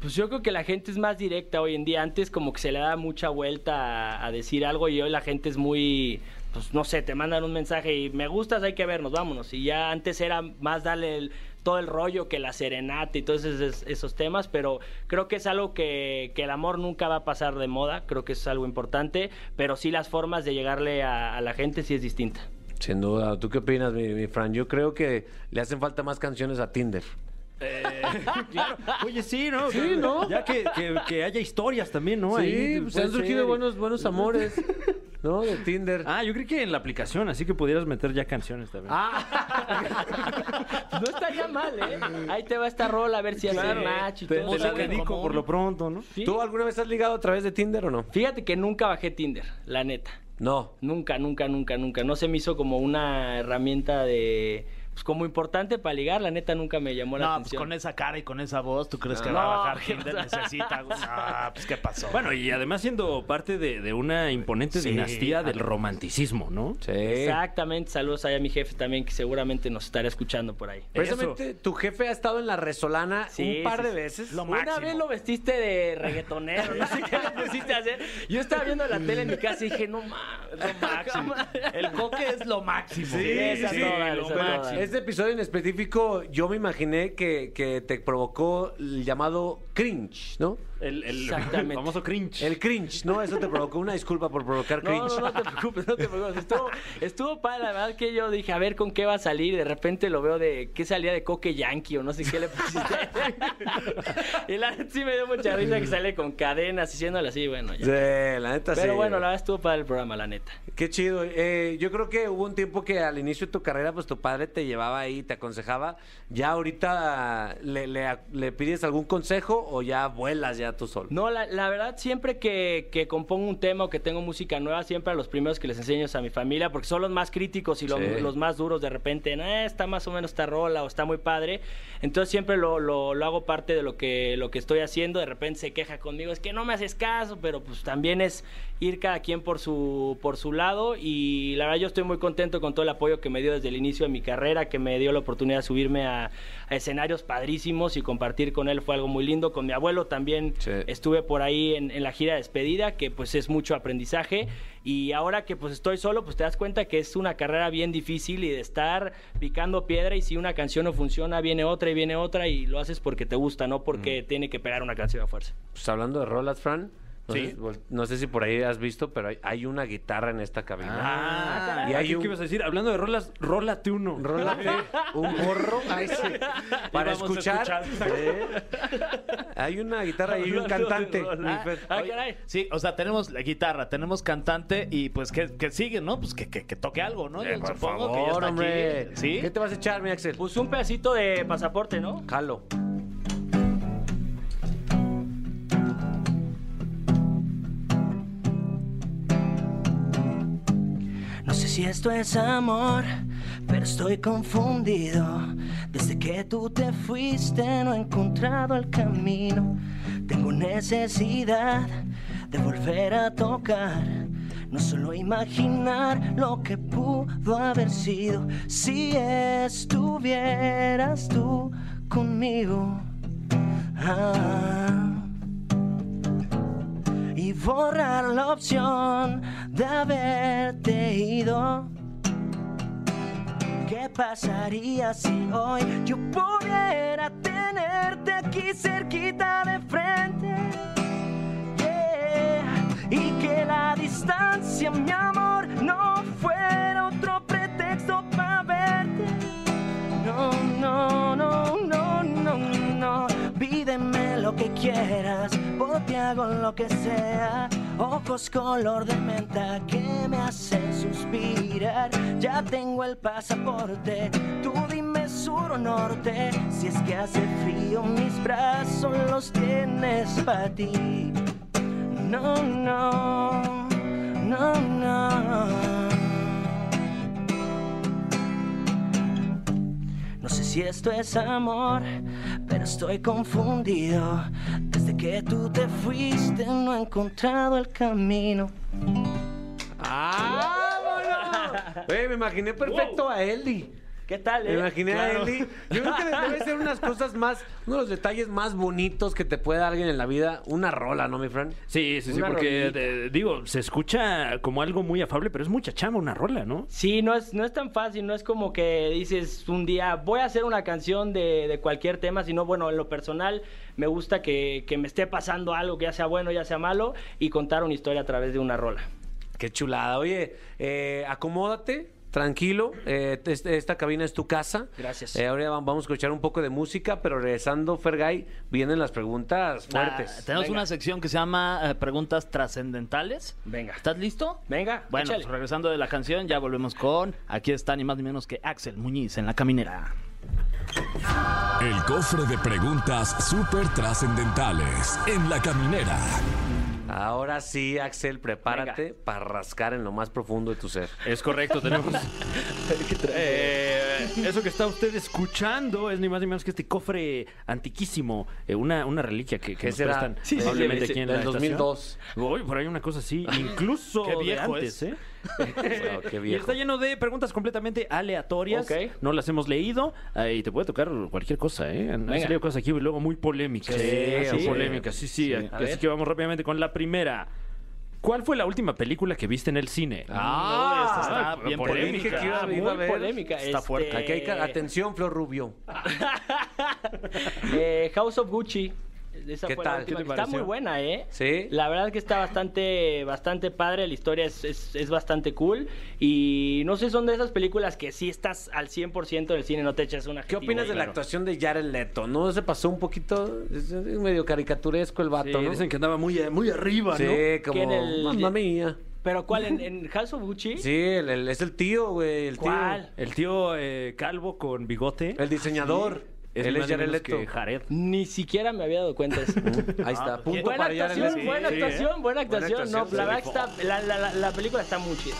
Speaker 8: Pues yo creo que la gente es más directa hoy en día. Antes como que se le da mucha vuelta a, a decir algo y hoy la gente es muy, pues no sé, te mandan un mensaje y me gustas, hay que vernos, vámonos. Y ya antes era más darle el- todo el rollo que la serenata y todos esos, esos temas, pero creo que es algo que, que el amor nunca va a pasar de moda, creo que eso es algo importante, pero sí las formas de llegarle a, a la gente sí es distinta.
Speaker 2: Sin duda. ¿Tú qué opinas, mi, mi Fran? Yo creo que le hacen falta más canciones a Tinder.
Speaker 4: Claro. Oye, sí, ¿no? Sí,
Speaker 2: ¿no?
Speaker 4: Ya que, que- que haya historias también, ¿no?
Speaker 2: Sí,
Speaker 4: Ahí
Speaker 2: pues
Speaker 4: puede
Speaker 2: han surgido
Speaker 4: ser.
Speaker 2: buenos, buenos amores, ¿no? De Tinder.
Speaker 4: Ah, yo creí que en la aplicación, así que pudieras meter ya canciones también.
Speaker 2: Ah,
Speaker 8: No estaría mal, ¿eh? Ahí te va esta rola a ver si hace match y
Speaker 4: te,
Speaker 8: todo.
Speaker 4: te la
Speaker 8: Sí, güey.
Speaker 4: dedico por lo pronto, ¿no?
Speaker 2: ¿Tú alguna vez has ligado a través de Tinder o no?
Speaker 8: Fíjate que nunca bajé Tinder, la neta.
Speaker 2: No.
Speaker 8: Nunca, nunca, nunca, nunca. No se me hizo como una herramienta de. Pues como importante para ligar, la neta nunca me llamó la
Speaker 5: No, pues
Speaker 8: atención.
Speaker 5: con esa cara y con esa voz, ¿tú crees que va a bajar Tinder? Necesita... Ah, pues ¿qué pasó?
Speaker 4: Bueno, y además siendo parte de, de una imponente
Speaker 5: Sí.
Speaker 4: dinastía del romanticismo, ¿no?
Speaker 2: Sí.
Speaker 8: Exactamente. Saludos ahí a mi jefe también, que seguramente nos estará escuchando por ahí.
Speaker 2: Precisamente tu jefe ha estado en la Resolana
Speaker 8: Sí,
Speaker 2: un par
Speaker 8: sí,
Speaker 2: de
Speaker 8: sí.
Speaker 2: veces.
Speaker 5: Lo
Speaker 8: Una
Speaker 5: máximo.
Speaker 8: vez lo vestiste de reggaetonero, no sé qué le pusiste a hacer. Yo estaba viendo la tele en mi casa y dije, no mames, lo máximo.
Speaker 5: El coque es lo máximo.
Speaker 8: Sí, esa
Speaker 5: sí,
Speaker 8: toda,
Speaker 5: lo
Speaker 8: esa
Speaker 5: máximo.
Speaker 8: toda.
Speaker 2: Este episodio en específico, yo me imaginé que, que te provocó el llamado cringe, ¿no?
Speaker 4: El, el-
Speaker 8: Exactamente.
Speaker 4: famoso cringe.
Speaker 2: El cringe, ¿no? Eso te provocó una disculpa por provocar cringe.
Speaker 8: No, no, no te preocupes, no te preocupes. Estuvo, estuvo padre, la verdad que yo dije, a ver con qué va a salir. De repente lo veo de qué salía de Coque Yankee o no sé qué le pusiste. y la neta sí me dio mucha risa que sale con cadenas y siéndole así, bueno, ya.
Speaker 2: Sí, la neta
Speaker 8: Pero
Speaker 2: sí.
Speaker 8: bueno, la verdad estuvo padre el programa, la neta.
Speaker 2: Qué chido. Eh, yo creo que hubo un tiempo que al inicio de tu carrera, pues tu padre te llevaba ahí, te aconsejaba. ¿Ya ahorita le, le- le pides algún consejo o ya vuelas ya tú solo?
Speaker 8: No, la, la verdad, siempre que, que compongo un tema o que tengo música nueva, siempre a los primeros que les enseño es a mi familia, porque son los más críticos y los,
Speaker 2: Sí.
Speaker 8: los más duros de repente. en, "Ah, está más o menos esta rola o está muy padre. Entonces siempre lo, lo- lo hago parte de lo que, lo que estoy haciendo. De repente se queja conmigo, es que no me haces caso, pero pues también es ir cada quien por su, por su lado. Y la verdad, yo estoy muy contento con todo el apoyo que me dio desde el inicio de mi carrera, que me dio la oportunidad de subirme a, a escenarios padrísimos y compartir con él fue algo muy lindo. Con mi abuelo también
Speaker 2: Sí.
Speaker 8: estuve por ahí en, en la gira de despedida, que pues es mucho aprendizaje. Y ahora que pues estoy solo, pues te das cuenta que es una carrera bien difícil y de estar picando piedra y si una canción no funciona, viene otra y viene otra y lo haces porque te gusta, no porque tiene que pegar una canción a fuerza.
Speaker 2: Pues hablando de rolas, Fran. No,
Speaker 4: Sí.
Speaker 2: sé, vol- no sé si por ahí has visto, pero hay, hay una guitarra en esta cabina.
Speaker 4: Ah,
Speaker 2: Y
Speaker 4: y
Speaker 2: hay
Speaker 4: ahí
Speaker 2: un-
Speaker 4: ¿qué ibas a decir? Hablando de rolas, rólate uno.
Speaker 2: Rólate un gorro ahí sí, para
Speaker 5: vamos a
Speaker 2: escuchar.
Speaker 5: escuchar.
Speaker 2: Sí. Hay una guitarra y hay un
Speaker 8: Hablando de
Speaker 2: cantante. pues,
Speaker 8: rolas.
Speaker 2: mi Fer.
Speaker 8: Ah,
Speaker 5: Oye,
Speaker 8: caray.
Speaker 5: Sí, o sea, tenemos la guitarra, tenemos cantante y pues que, que sigue, ¿no? Pues que, que- que toque algo, ¿no? Yo
Speaker 2: Eh, Por
Speaker 5: supongo que ya
Speaker 2: favor,
Speaker 5: está
Speaker 2: hombre.
Speaker 5: aquí. ¿Sí?
Speaker 2: ¿Qué te vas a echar, mi Axel?
Speaker 8: Pues un pedacito de pasaporte, ¿no?
Speaker 2: Jalo.
Speaker 8: No sé si esto es amor, pero estoy confundido. Desde que tú te fuiste no he encontrado el camino. Tengo necesidad de volver a tocar. No solo imaginar lo que pudo haber sido si estuvieras tú conmigo. Ah y borrar la opción de haberte ido. ¿Qué pasaría si hoy yo pudiera tenerte aquí cerquita de frente? Yeah. Y que la distancia, mi amor, no fuera otro pretexto para verte. No, no, no, no, no, no. Pídeme lo que quieras, por ti hago lo que sea. Ojos color de menta que me hacen suspirar. Ya tengo el pasaporte, tú dime sur o norte. Si es que hace frío, mis brazos los tienes para ti. No, no, no, no.
Speaker 9: No sé si esto es amor, pero estoy confundido. Desde que tú te fuiste no he encontrado el camino.
Speaker 2: ¡Ah, Oye, me imaginé perfecto a Eli.
Speaker 8: ¿Qué tal,
Speaker 2: Me
Speaker 8: eh?
Speaker 2: imaginé a
Speaker 8: Claro.
Speaker 2: Eli. Yo creo que debe ser unas cosas más, uno de los detalles más bonitos que te puede dar alguien en la vida, una rola, ¿no, mi Fran?
Speaker 4: Sí, sí, sí,
Speaker 8: Una
Speaker 4: porque
Speaker 8: rolita.
Speaker 4: eh, digo, se escucha como algo muy afable, pero es mucha chamba una rola, ¿no?
Speaker 8: Sí, no es, no es tan fácil, no es como que dices un día voy a hacer una canción de, de cualquier tema, sino bueno, en lo personal me gusta que, que me esté pasando algo, que ya sea bueno, ya sea malo, y contar una historia a través de una rola.
Speaker 2: Qué chulada. Oye, eh, acomódate, tranquilo. eh, te- este- esta cabina es tu casa.
Speaker 8: Gracias.
Speaker 2: Eh, ahora va- vamos a escuchar un poco de música, pero regresando, Fergay, vienen las preguntas
Speaker 5: Ah,
Speaker 2: fuertes.
Speaker 5: tenemos
Speaker 8: Venga.
Speaker 5: una sección que se llama eh, Preguntas Trascendentales.
Speaker 8: Venga.
Speaker 5: ¿Estás listo?
Speaker 8: Venga,
Speaker 5: Bueno,
Speaker 8: échale.
Speaker 5: pues, regresando de la canción, ya volvemos con. Aquí está ni más ni menos que Axel Muñiz en la caminera.
Speaker 1: El cofre de preguntas súper trascendentales en la caminera.
Speaker 2: Ahora sí, Axel, prepárate para rascar en lo más profundo de tu ser.
Speaker 4: Es correcto, tenemos. Eh, eso que está usted escuchando es ni más ni menos que este cofre antiquísimo, eh, una, una reliquia que, que
Speaker 2: ¿Qué
Speaker 4: nos
Speaker 2: será?
Speaker 4: prestan
Speaker 2: Sí, sí,
Speaker 4: probablemente
Speaker 2: sí,
Speaker 4: aquí en
Speaker 2: del
Speaker 4: la
Speaker 2: 2002.
Speaker 4: estación. Uy, por ahí una cosa así, incluso
Speaker 5: Qué viejo
Speaker 4: de antes,
Speaker 5: es.
Speaker 4: ¿eh?
Speaker 2: Wow, qué
Speaker 4: Y
Speaker 2: viejo.
Speaker 4: está lleno de preguntas completamente aleatorias.
Speaker 8: Ok.
Speaker 4: No las hemos leído eh, y te puede tocar cualquier cosa, ¿eh? Han- Han
Speaker 8: Venga.
Speaker 4: salido cosas aquí luego muy polémicas.
Speaker 2: Sí,
Speaker 4: Así,
Speaker 2: sí.
Speaker 4: polémicas, sí, sí.
Speaker 8: A
Speaker 4: Así
Speaker 8: ver.
Speaker 4: que vamos rápidamente con la primera. ¿Cuál fue la última película que viste en el cine?
Speaker 5: Ah, esta está bien
Speaker 4: por-
Speaker 5: polémica.
Speaker 4: dije que
Speaker 2: iba-
Speaker 8: muy
Speaker 2: iba a ver.
Speaker 8: polémica.
Speaker 5: Está fuerte.
Speaker 2: Aquí hay ca- atención, Flor Rubio.
Speaker 8: Eh, House of Gucci. Esa
Speaker 2: ¿Qué
Speaker 8: fue la
Speaker 2: tal?
Speaker 8: última
Speaker 2: ¿Qué te
Speaker 8: que está
Speaker 2: pareció?
Speaker 8: muy buena, ¿eh?
Speaker 2: Sí.
Speaker 8: La verdad que está bastante, bastante padre. La historia es, es- es bastante cool. Y no sé, son de esas películas que sí estás al 100% del cine, no te echas una.
Speaker 2: ¿Qué opinas de la actuación de Jared Leto? ¿No se pasó un poquito? Es es medio caricaturesco el vato,
Speaker 4: Sí,
Speaker 2: ¿no?
Speaker 4: Dicen que andaba muy, muy arriba,
Speaker 2: Sí,
Speaker 4: ¿no?
Speaker 2: como...
Speaker 8: Que en el-
Speaker 2: Mamma mía.
Speaker 8: ¿Pero cuál? ¿En, en House of Gucci?
Speaker 2: Sí, el- el- es el tío, güey, el tío.
Speaker 8: ¿Cuál?
Speaker 4: El tío eh, calvo con bigote.
Speaker 2: El diseñador.
Speaker 4: Ah, Es
Speaker 2: Él
Speaker 4: ni
Speaker 2: es
Speaker 4: más ni
Speaker 2: Jared
Speaker 4: menos
Speaker 2: Leto.
Speaker 4: que Jared.
Speaker 8: Ni siquiera me había dado cuenta de eso.
Speaker 2: Ahí está, punto
Speaker 8: Buena
Speaker 2: para Jared
Speaker 8: actuación,
Speaker 2: Leto.
Speaker 8: buena,
Speaker 4: Sí,
Speaker 8: actuación, buena actuación,
Speaker 2: ¿eh? actuación,
Speaker 8: No, la
Speaker 2: sí.
Speaker 8: verdad que está, la, la- la- la película está muy chida.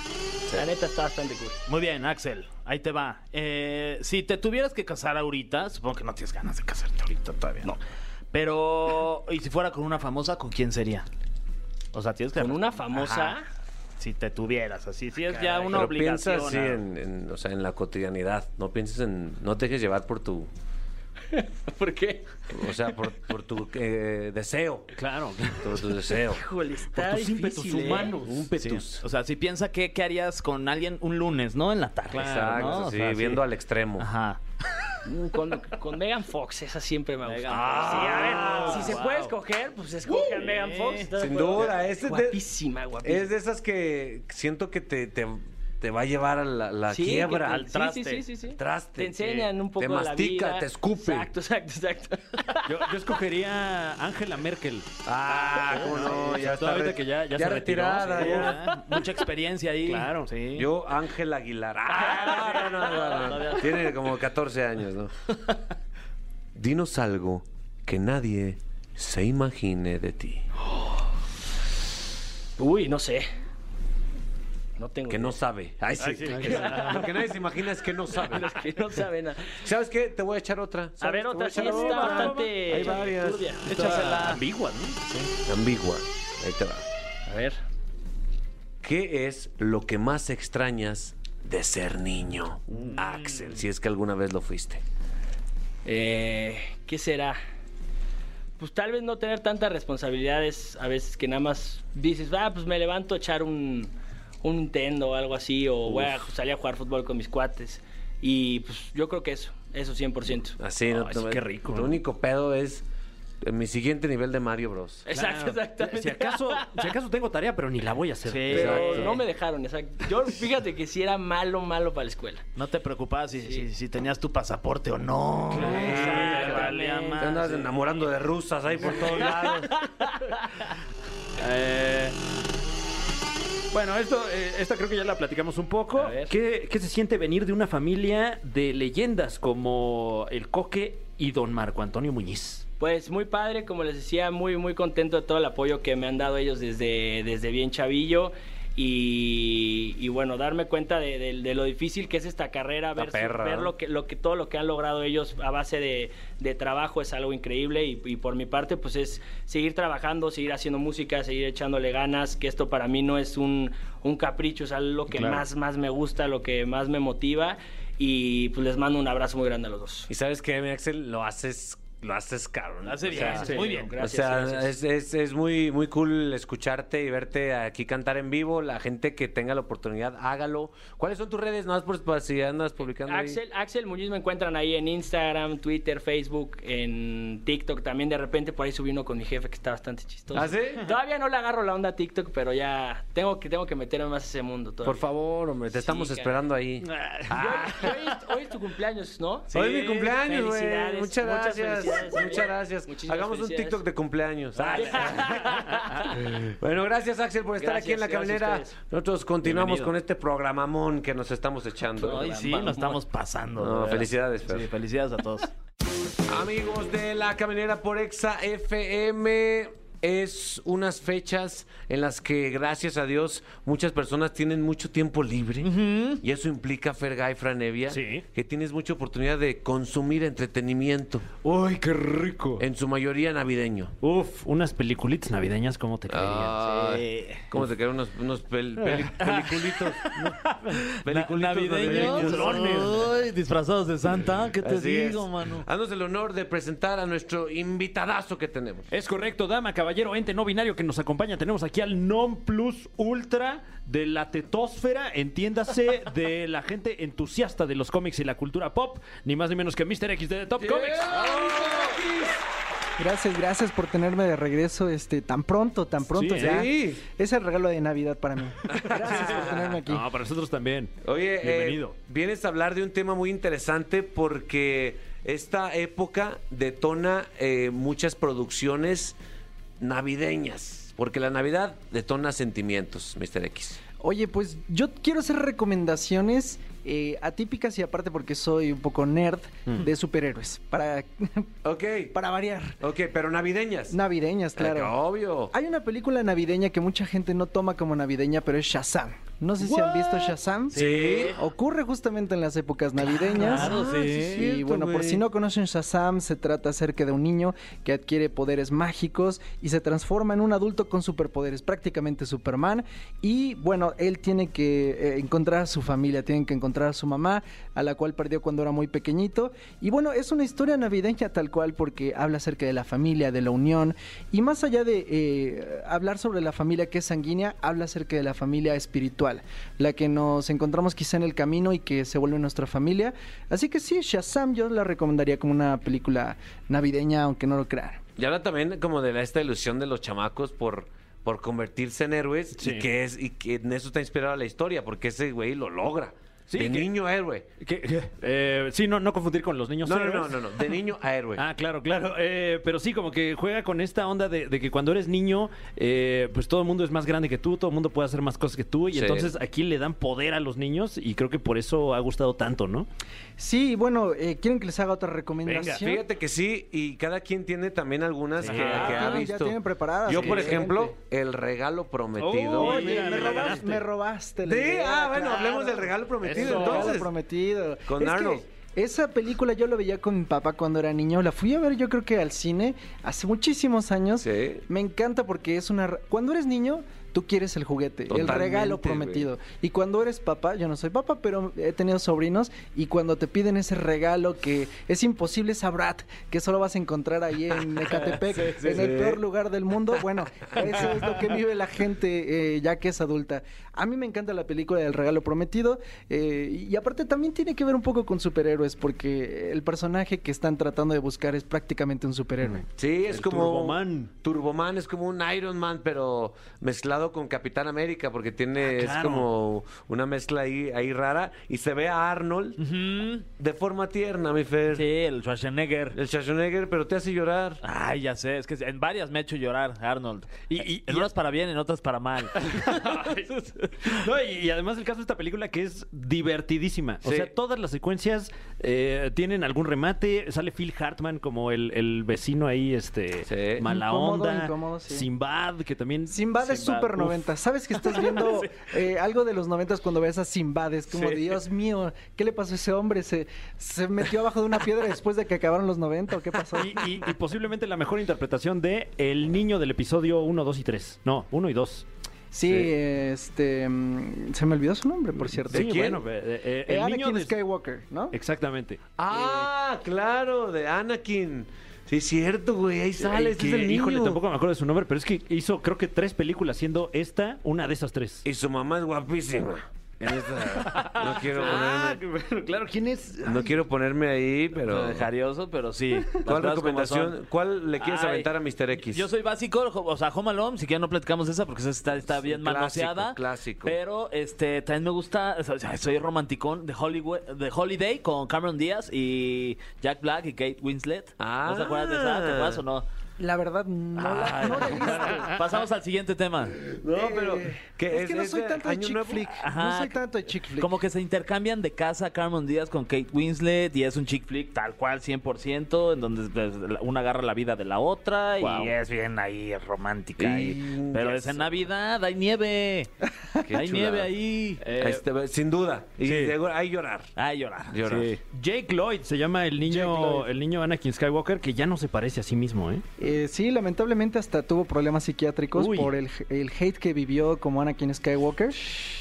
Speaker 8: La neta está bastante cool.
Speaker 5: Muy bien, Axel, ahí te va. Eh, si te tuvieras que casar ahorita, supongo que no tienes ganas de casarte ahorita todavía, no. Pero, ¿y si fuera con una famosa, con quién sería? O sea, tienes que...
Speaker 8: Con una famosa.
Speaker 5: Ajá. Si te tuvieras, así, si es ya una
Speaker 2: Pero
Speaker 5: obligación.
Speaker 2: piensa así
Speaker 5: ¿no?
Speaker 2: en, en- o sea, en la cotidianidad. No pienses en... No te dejes llevar por tu...
Speaker 8: ¿Por qué?
Speaker 2: O sea, por, por tu eh, deseo.
Speaker 4: Claro.
Speaker 2: Por tu deseo.
Speaker 8: Híjole, está
Speaker 4: tus ímpetus
Speaker 8: difícil, ¿eh?
Speaker 4: humanos.
Speaker 2: Un
Speaker 5: Sí,
Speaker 2: petus.
Speaker 5: O sea, si piensa que, qué harías con alguien un lunes, ¿no? En la tarde.
Speaker 2: Exacto,
Speaker 5: ¿no? O
Speaker 2: sí,
Speaker 5: sea,
Speaker 2: viendo al extremo.
Speaker 5: Ajá.
Speaker 8: Mm, Con, con Megan Fox, esa siempre me gusta.
Speaker 5: Megan
Speaker 2: Ah,
Speaker 8: sí, a ver,
Speaker 5: Fox.
Speaker 8: si se
Speaker 5: Wow.
Speaker 8: puede escoger, pues escoge a Megan Fox. ¿estás de
Speaker 2: Sin
Speaker 8: acuerdo?
Speaker 2: duda, ese te-
Speaker 8: guapísima, guapísima.
Speaker 2: Es de esas que siento que te, te, te va a llevar a la, la
Speaker 8: Sí, que
Speaker 2: quiebra,
Speaker 8: te-
Speaker 2: al
Speaker 8: sí,
Speaker 2: traste.
Speaker 8: Sí, sí, sí, sí.
Speaker 2: al traste.
Speaker 8: Te enseñan
Speaker 2: Sí.
Speaker 8: un poco
Speaker 2: Te
Speaker 8: la
Speaker 2: mastica,
Speaker 8: vida.
Speaker 2: te escupe.
Speaker 8: Exacto, exacto, exacto.
Speaker 4: Yo, yo escogería a Angela Merkel.
Speaker 2: Ah, cómo no, ya está.
Speaker 4: Toda ahorita
Speaker 2: re-
Speaker 4: que ya, ya,
Speaker 2: ya
Speaker 4: se retiró.
Speaker 2: retirada,
Speaker 4: Sí.
Speaker 2: ya.
Speaker 5: Mucha experiencia ahí.
Speaker 4: Claro.
Speaker 5: Sí.
Speaker 2: Yo, Ángel Aguilar. Ah, no, no, no, no, no. Tiene como 14 años, ¿no? Dinos algo que nadie se imagine de ti.
Speaker 8: Uy, no sé. No tengo.
Speaker 2: Que no sabe. Ay, sí. Lo que nadie se imagina es que no sabe.
Speaker 8: idea. que no sabe nada.
Speaker 2: ¿Sabes qué? Te voy a echar otra.
Speaker 8: A
Speaker 2: ¿Sabes?
Speaker 8: ver,
Speaker 2: Te voy
Speaker 8: otra sí
Speaker 2: echar
Speaker 8: está bastante.
Speaker 2: Hay varias.
Speaker 8: turbia.
Speaker 5: Échasela.
Speaker 4: Ambigua, ¿no?
Speaker 2: Ambigua. Ahí te va.
Speaker 8: A ver.
Speaker 2: ¿Qué es lo que más extrañas de ser niño, Axel? Si es que alguna vez lo fuiste.
Speaker 8: Eh, ¿Qué será? Pues tal vez no tener tantas responsabilidades a veces que nada más dices, ah, pues me levanto a echar un, un Nintendo o algo así, o voy a salir a jugar fútbol con mis cuates. Y pues yo creo que eso, eso 100%.
Speaker 2: Así, no,
Speaker 4: Ay,
Speaker 2: te-
Speaker 4: sí, qué rico,
Speaker 2: El
Speaker 4: ¿no?
Speaker 2: único pedo es eh, mi siguiente nivel de Mario Bros.
Speaker 8: Exacto, exactamente.
Speaker 4: Si acaso, si acaso tengo tarea, pero ni la voy a hacer.
Speaker 5: Sí.
Speaker 8: Pero
Speaker 2: Exacto.
Speaker 8: no me dejaron, exacto. Yo fíjate que si era malo, malo para la escuela.
Speaker 5: No te preocupabas si, si, si tenías tu pasaporte o no. Exacto,
Speaker 8: Exactamente.
Speaker 5: valía
Speaker 2: Te
Speaker 5: más.
Speaker 2: andas enamorando de rusas ahí por todos lados.
Speaker 4: Eh, Bueno, esto, eh, esta creo que ya la platicamos un poco.
Speaker 8: A ver.
Speaker 4: ¿Qué, qué se siente venir de una familia de leyendas como el Coque y don Marco Antonio Muñiz?
Speaker 8: Pues muy padre, como les decía, muy muy contento de todo el apoyo que me han dado ellos desde, desde bien chavillo. y, y bueno, darme cuenta de, de- de lo difícil que es esta carrera, ver,
Speaker 2: perra,
Speaker 8: ver
Speaker 2: ¿no?
Speaker 8: lo que, lo que, todo lo que han logrado ellos a base de, de trabajo es algo increíble y, y por mi parte pues es seguir trabajando, seguir haciendo música, seguir echándole ganas, que esto para mí no es un, un capricho, es algo que
Speaker 5: Claro.
Speaker 8: más, más me gusta, lo que más me motiva y pues les mando un abrazo muy grande a los dos.
Speaker 2: Y sabes que, Axel, lo haces, lo haces caro. ¿no?
Speaker 5: Hace
Speaker 2: O
Speaker 5: bien,
Speaker 2: sea,
Speaker 5: haces muy bien.
Speaker 2: O sea,
Speaker 8: gracias.
Speaker 2: es, es- es muy, muy cool escucharte y verte aquí cantar en vivo. La gente que tenga la oportunidad, hágalo. ¿Cuáles son tus redes? No, por, por si andas publicando. ahí.
Speaker 8: Axel, Axel Muñiz me encuentran ahí en Instagram, Twitter, Facebook, en TikTok también. De repente por ahí subí uno con mi jefe que está bastante chistoso.
Speaker 2: ¿Ah, sí?
Speaker 8: Todavía no le agarro la onda a TikTok, pero ya tengo que, tengo que meterme más a ese mundo. todavía.
Speaker 2: Por favor, hombre, te
Speaker 8: Sí,
Speaker 2: estamos
Speaker 8: caray.
Speaker 2: esperando ahí. Ah,
Speaker 8: Y Hoy, y hoy es, hoy es tu cumpleaños, ¿no?
Speaker 2: Hoy es mi cumpleaños, güey.
Speaker 8: Felicidades,
Speaker 2: Muchas gracias.
Speaker 8: felicidades,
Speaker 2: Muchas,
Speaker 8: güey.
Speaker 2: gracias.
Speaker 8: Muchísimas
Speaker 2: Hagamos un
Speaker 8: felicidades.
Speaker 2: TikTok de cumpleaños. bueno, gracias, Axel, por estar aquí en la
Speaker 8: Gracias, gracias a
Speaker 2: caminera.
Speaker 8: ustedes.
Speaker 2: Nosotros continuamos
Speaker 5: Bienvenido.
Speaker 2: con este programamón que nos estamos echando.
Speaker 5: Ay, sí, nos estamos pasando.
Speaker 2: No,
Speaker 5: de veras.
Speaker 2: felicidades, Fer.
Speaker 5: Sí, felicidades a todos.
Speaker 2: Amigos de la caminera por Exa FM. Es unas fechas en las que, gracias a Dios, muchas personas tienen mucho tiempo libre. Y eso implica, Fergay Franevia,
Speaker 4: Sí.
Speaker 2: que tienes mucha oportunidad de consumir entretenimiento,
Speaker 4: ¡Uy, qué rico!
Speaker 2: en su mayoría navideño.
Speaker 4: Uf, unas peliculitas navideñas, ¿cómo te
Speaker 2: Ah,
Speaker 4: caerían?
Speaker 2: Ay, ¿Cómo te quedaron unos, unos pel- peli- peliculitos? Peliculitos
Speaker 5: Navideños. Ay, disfrazados de Santa, ¿qué te
Speaker 2: Así
Speaker 5: digo,
Speaker 2: es.
Speaker 5: mano?
Speaker 2: Haznos el honor de presentar a nuestro invitadazo que tenemos.
Speaker 4: Es correcto, dama, caballero, ente no binario que nos acompaña. Tenemos aquí al non plus ultra de la tetósfera, entiéndase, de la gente entusiasta de los cómics y la cultura pop, ni más ni menos que Mr. X de The Top Comics.
Speaker 10: Gracias, gracias por tenerme de regreso este tan pronto, tan pronto
Speaker 4: Sí,
Speaker 10: ya.
Speaker 2: ¿eh?
Speaker 10: Es el regalo de Navidad para mí. Gracias por tenerme aquí.
Speaker 4: ah, No, para nosotros también.
Speaker 2: Oye, eh,
Speaker 4: bienvenido.
Speaker 2: vienes a hablar de un tema muy interesante porque esta época detona eh, muchas producciones navideñas. Porque la Navidad detona sentimientos, Mr. X.
Speaker 10: Oye, pues yo quiero hacer recomendaciones eh, atípicas y aparte porque soy un poco nerd de superhéroes para
Speaker 2: Ok.
Speaker 10: para variar.
Speaker 2: Ok, pero navideñas.
Speaker 10: Navideñas,
Speaker 2: Eh,
Speaker 10: claro.
Speaker 2: Obvio.
Speaker 10: Hay una película navideña que mucha gente no toma como navideña, pero es Shazam. No sé si han visto Shazam.
Speaker 2: Sí.
Speaker 10: Ocurre justamente en las épocas navideñas.
Speaker 5: Claro, sí.
Speaker 10: Y bueno, por si no conocen Shazam, se trata acerca de un niño que adquiere poderes mágicos y se transforma en un adulto con superpoderes, prácticamente Superman. Y bueno, él tiene que eh, encontrar a su familia, tiene que encontrar a su mamá, a la cual perdió cuando era muy pequeñito. Y bueno, es una historia navideña tal cual porque habla acerca de la familia, de la unión. Y más allá de eh, hablar sobre la familia que es sanguínea, habla acerca de la familia espiritual, la que nos encontramos quizá en el camino y que se vuelve nuestra familia. Así que sí, Shazam yo la recomendaría como una película navideña, aunque no lo crean.
Speaker 2: Y habla también como de la- esta ilusión de los chamacos por, por convertirse en héroes
Speaker 4: Sí.
Speaker 2: y que es y que en eso está inspirada la historia, porque ese güey lo logra.
Speaker 4: Sí,
Speaker 2: de
Speaker 4: que-
Speaker 2: niño a héroe.
Speaker 4: ¿Qué- qué? Eh, sí, no, no confundir con los niños.
Speaker 2: No, no,
Speaker 4: héroes.
Speaker 2: no, no, no, de niño a héroe.
Speaker 4: Ah, claro, claro. Eh, pero sí, como que juega con esta onda de, de que cuando eres niño, eh, pues todo el mundo es más grande que tú, todo el mundo puede hacer más cosas que tú. Y
Speaker 2: Sí.
Speaker 4: entonces aquí le dan poder a los niños y creo que por eso ha gustado tanto, ¿no?
Speaker 10: Sí, y bueno, eh, ¿quieren que les haga otra recomendación?
Speaker 2: Fíjate que sí, y cada quien tiene también algunas que, que
Speaker 10: Ah,
Speaker 2: ha
Speaker 10: ya
Speaker 2: visto.
Speaker 10: tienen preparadas,
Speaker 2: Yo,
Speaker 10: sí,
Speaker 2: por
Speaker 10: excelente.
Speaker 2: ejemplo, el regalo prometido.
Speaker 4: Oh,
Speaker 10: Oye,
Speaker 4: Mira,
Speaker 10: me,
Speaker 4: me la
Speaker 10: robas-
Speaker 4: ganaste.
Speaker 10: me robaste. la
Speaker 2: Sí,
Speaker 10: idea,
Speaker 2: ah, bueno,
Speaker 10: claro.
Speaker 2: hablemos del regalo prometido,
Speaker 4: Eso.
Speaker 2: entonces.
Speaker 10: Regalo prometido.
Speaker 2: Con
Speaker 10: Es que
Speaker 2: Arnold.
Speaker 10: Esa película yo la veía con mi papá cuando era niño. La fui a ver yo creo que al cine hace muchísimos años.
Speaker 2: Sí.
Speaker 10: Me encanta porque es una... Cuando eres niño, tú quieres el juguete, el regalo
Speaker 2: Totalmente,
Speaker 10: prometido. Y cuando eres papá, yo no soy papá, pero he tenido sobrinos, y cuando te piden ese regalo que es imposible, esa brat, que solo vas a encontrar ahí en Ecatepec, en el peor lugar del mundo, bueno, eso es lo que vive la gente eh, ya que es adulta. A mí me encanta la película del regalo prometido, eh, y aparte también tiene que ver un poco con superhéroes, porque el personaje que están tratando de buscar es prácticamente un superhéroe.
Speaker 2: Sí, es
Speaker 4: El
Speaker 2: como.
Speaker 4: Turboman.
Speaker 2: Turboman es como un Iron Man, pero mezclado con Capitán América, porque
Speaker 10: Ah,
Speaker 2: tiene. Es
Speaker 4: claro.
Speaker 2: como una mezcla ahí, ahí rara. Y se ve a Arnold de forma tierna, mi Fer.
Speaker 5: Sí, el Schwarzenegger.
Speaker 2: El Schwarzenegger, pero te hace llorar.
Speaker 5: Ay, ya sé, es que en varias me ha hecho llorar Arnold.
Speaker 4: Y- y-
Speaker 5: en
Speaker 4: y-
Speaker 5: unas para bien, en otras para mal.
Speaker 4: No, y, y además el caso de esta película que es divertidísima. O
Speaker 2: Sí.
Speaker 4: sea, todas las secuencias eh, tienen algún remate. Sale Phil Hartman como el, el vecino ahí, este,
Speaker 2: Sí.
Speaker 4: mala
Speaker 10: Incómodo,
Speaker 4: onda.
Speaker 10: incómodo, sí.
Speaker 4: Sinbad, que también...
Speaker 10: Sinbad es súper Super 90. ¿Sabes que estás viendo eh, algo de los 90 cuando ves a Simbad? Es como,
Speaker 5: Sí.
Speaker 10: Dios mío, ¿qué le pasó a ese hombre? ¿Se, se metió abajo de una piedra después de que acabaron los 90 o qué pasó?
Speaker 4: Y, y- y posiblemente la mejor interpretación de El niño del episodio 1, 2 y 3. No, 1 y 2.
Speaker 10: Sí, este. mm, Se me olvidó su nombre, por cierto.
Speaker 4: Sí, bueno, eh, eh,
Speaker 10: Eh,
Speaker 4: el niño Eh,
Speaker 10: Anakin
Speaker 4: de...
Speaker 10: Skywalker, ¿no?
Speaker 4: Exactamente.
Speaker 2: Ah, claro, de Anakin. Sí, es cierto, güey. Ahí sale.
Speaker 4: El
Speaker 2: Este es
Speaker 4: Eh, que-
Speaker 2: el niño.
Speaker 4: Híjole, tampoco me acuerdo de su nombre, pero es que hizo creo que tres películas siendo esta una de esas tres.
Speaker 2: Y su mamá es guapísima. En esta- no quiero ponerme,
Speaker 4: claro, ¿quién es?
Speaker 2: no quiero ponerme ahí, pero.
Speaker 5: Jarioso, pero sí. las
Speaker 2: ¿Cuál
Speaker 5: cosas como
Speaker 2: recomendación?
Speaker 5: son.
Speaker 2: ¿Cuál le quieres
Speaker 5: Ay,
Speaker 2: aventar a Mr. X?
Speaker 5: Yo soy básico, o sea, Home Alone, si ya no platicamos esa porque esa está, está bien
Speaker 2: clásico,
Speaker 5: manoseada.
Speaker 2: clásico.
Speaker 5: Pero este también me gusta, o sea, soy romanticón de Hollywood, de Holiday con Cameron Díaz y Jack Black y Kate Winslet.
Speaker 2: Ah.
Speaker 5: ¿No te acuerdas de esa? ¿Te acuerdas o no?
Speaker 10: La verdad, no la-
Speaker 5: Ay,
Speaker 10: no la he visto.
Speaker 5: pasamos al siguiente tema.
Speaker 2: No, pero.
Speaker 10: Es, que no soy
Speaker 2: de
Speaker 10: tanto de
Speaker 2: año
Speaker 10: chick
Speaker 2: nuevo?
Speaker 10: flick.
Speaker 5: Ajá.
Speaker 10: No soy tanto de chick flick.
Speaker 5: Como que se intercambian de casa Carmen Díaz con Kate Winslet y es un chick flick tal cual 100%, en donde pues, la- una agarra la vida de la otra
Speaker 4: Wow.
Speaker 5: y es bien ahí romántica. y-
Speaker 2: Y-
Speaker 5: pero
Speaker 2: ya
Speaker 5: es en
Speaker 2: sé.
Speaker 5: Navidad, hay nieve.
Speaker 2: Qué chulada.
Speaker 5: hay nieve ahí.
Speaker 2: Este, sin duda. Y
Speaker 4: sí.
Speaker 2: de- ahí llorar.
Speaker 5: Ay, llorar.
Speaker 2: Llorar.
Speaker 4: Sí. Jake Lloyd se llama el niño, el niño Anakin Skywalker, que ya no se parece a sí mismo, ¿eh?
Speaker 10: Eh, sí, lamentablemente hasta tuvo problemas psiquiátricos
Speaker 4: Uy.
Speaker 10: por el, el hate que vivió como Anakin Skywalker.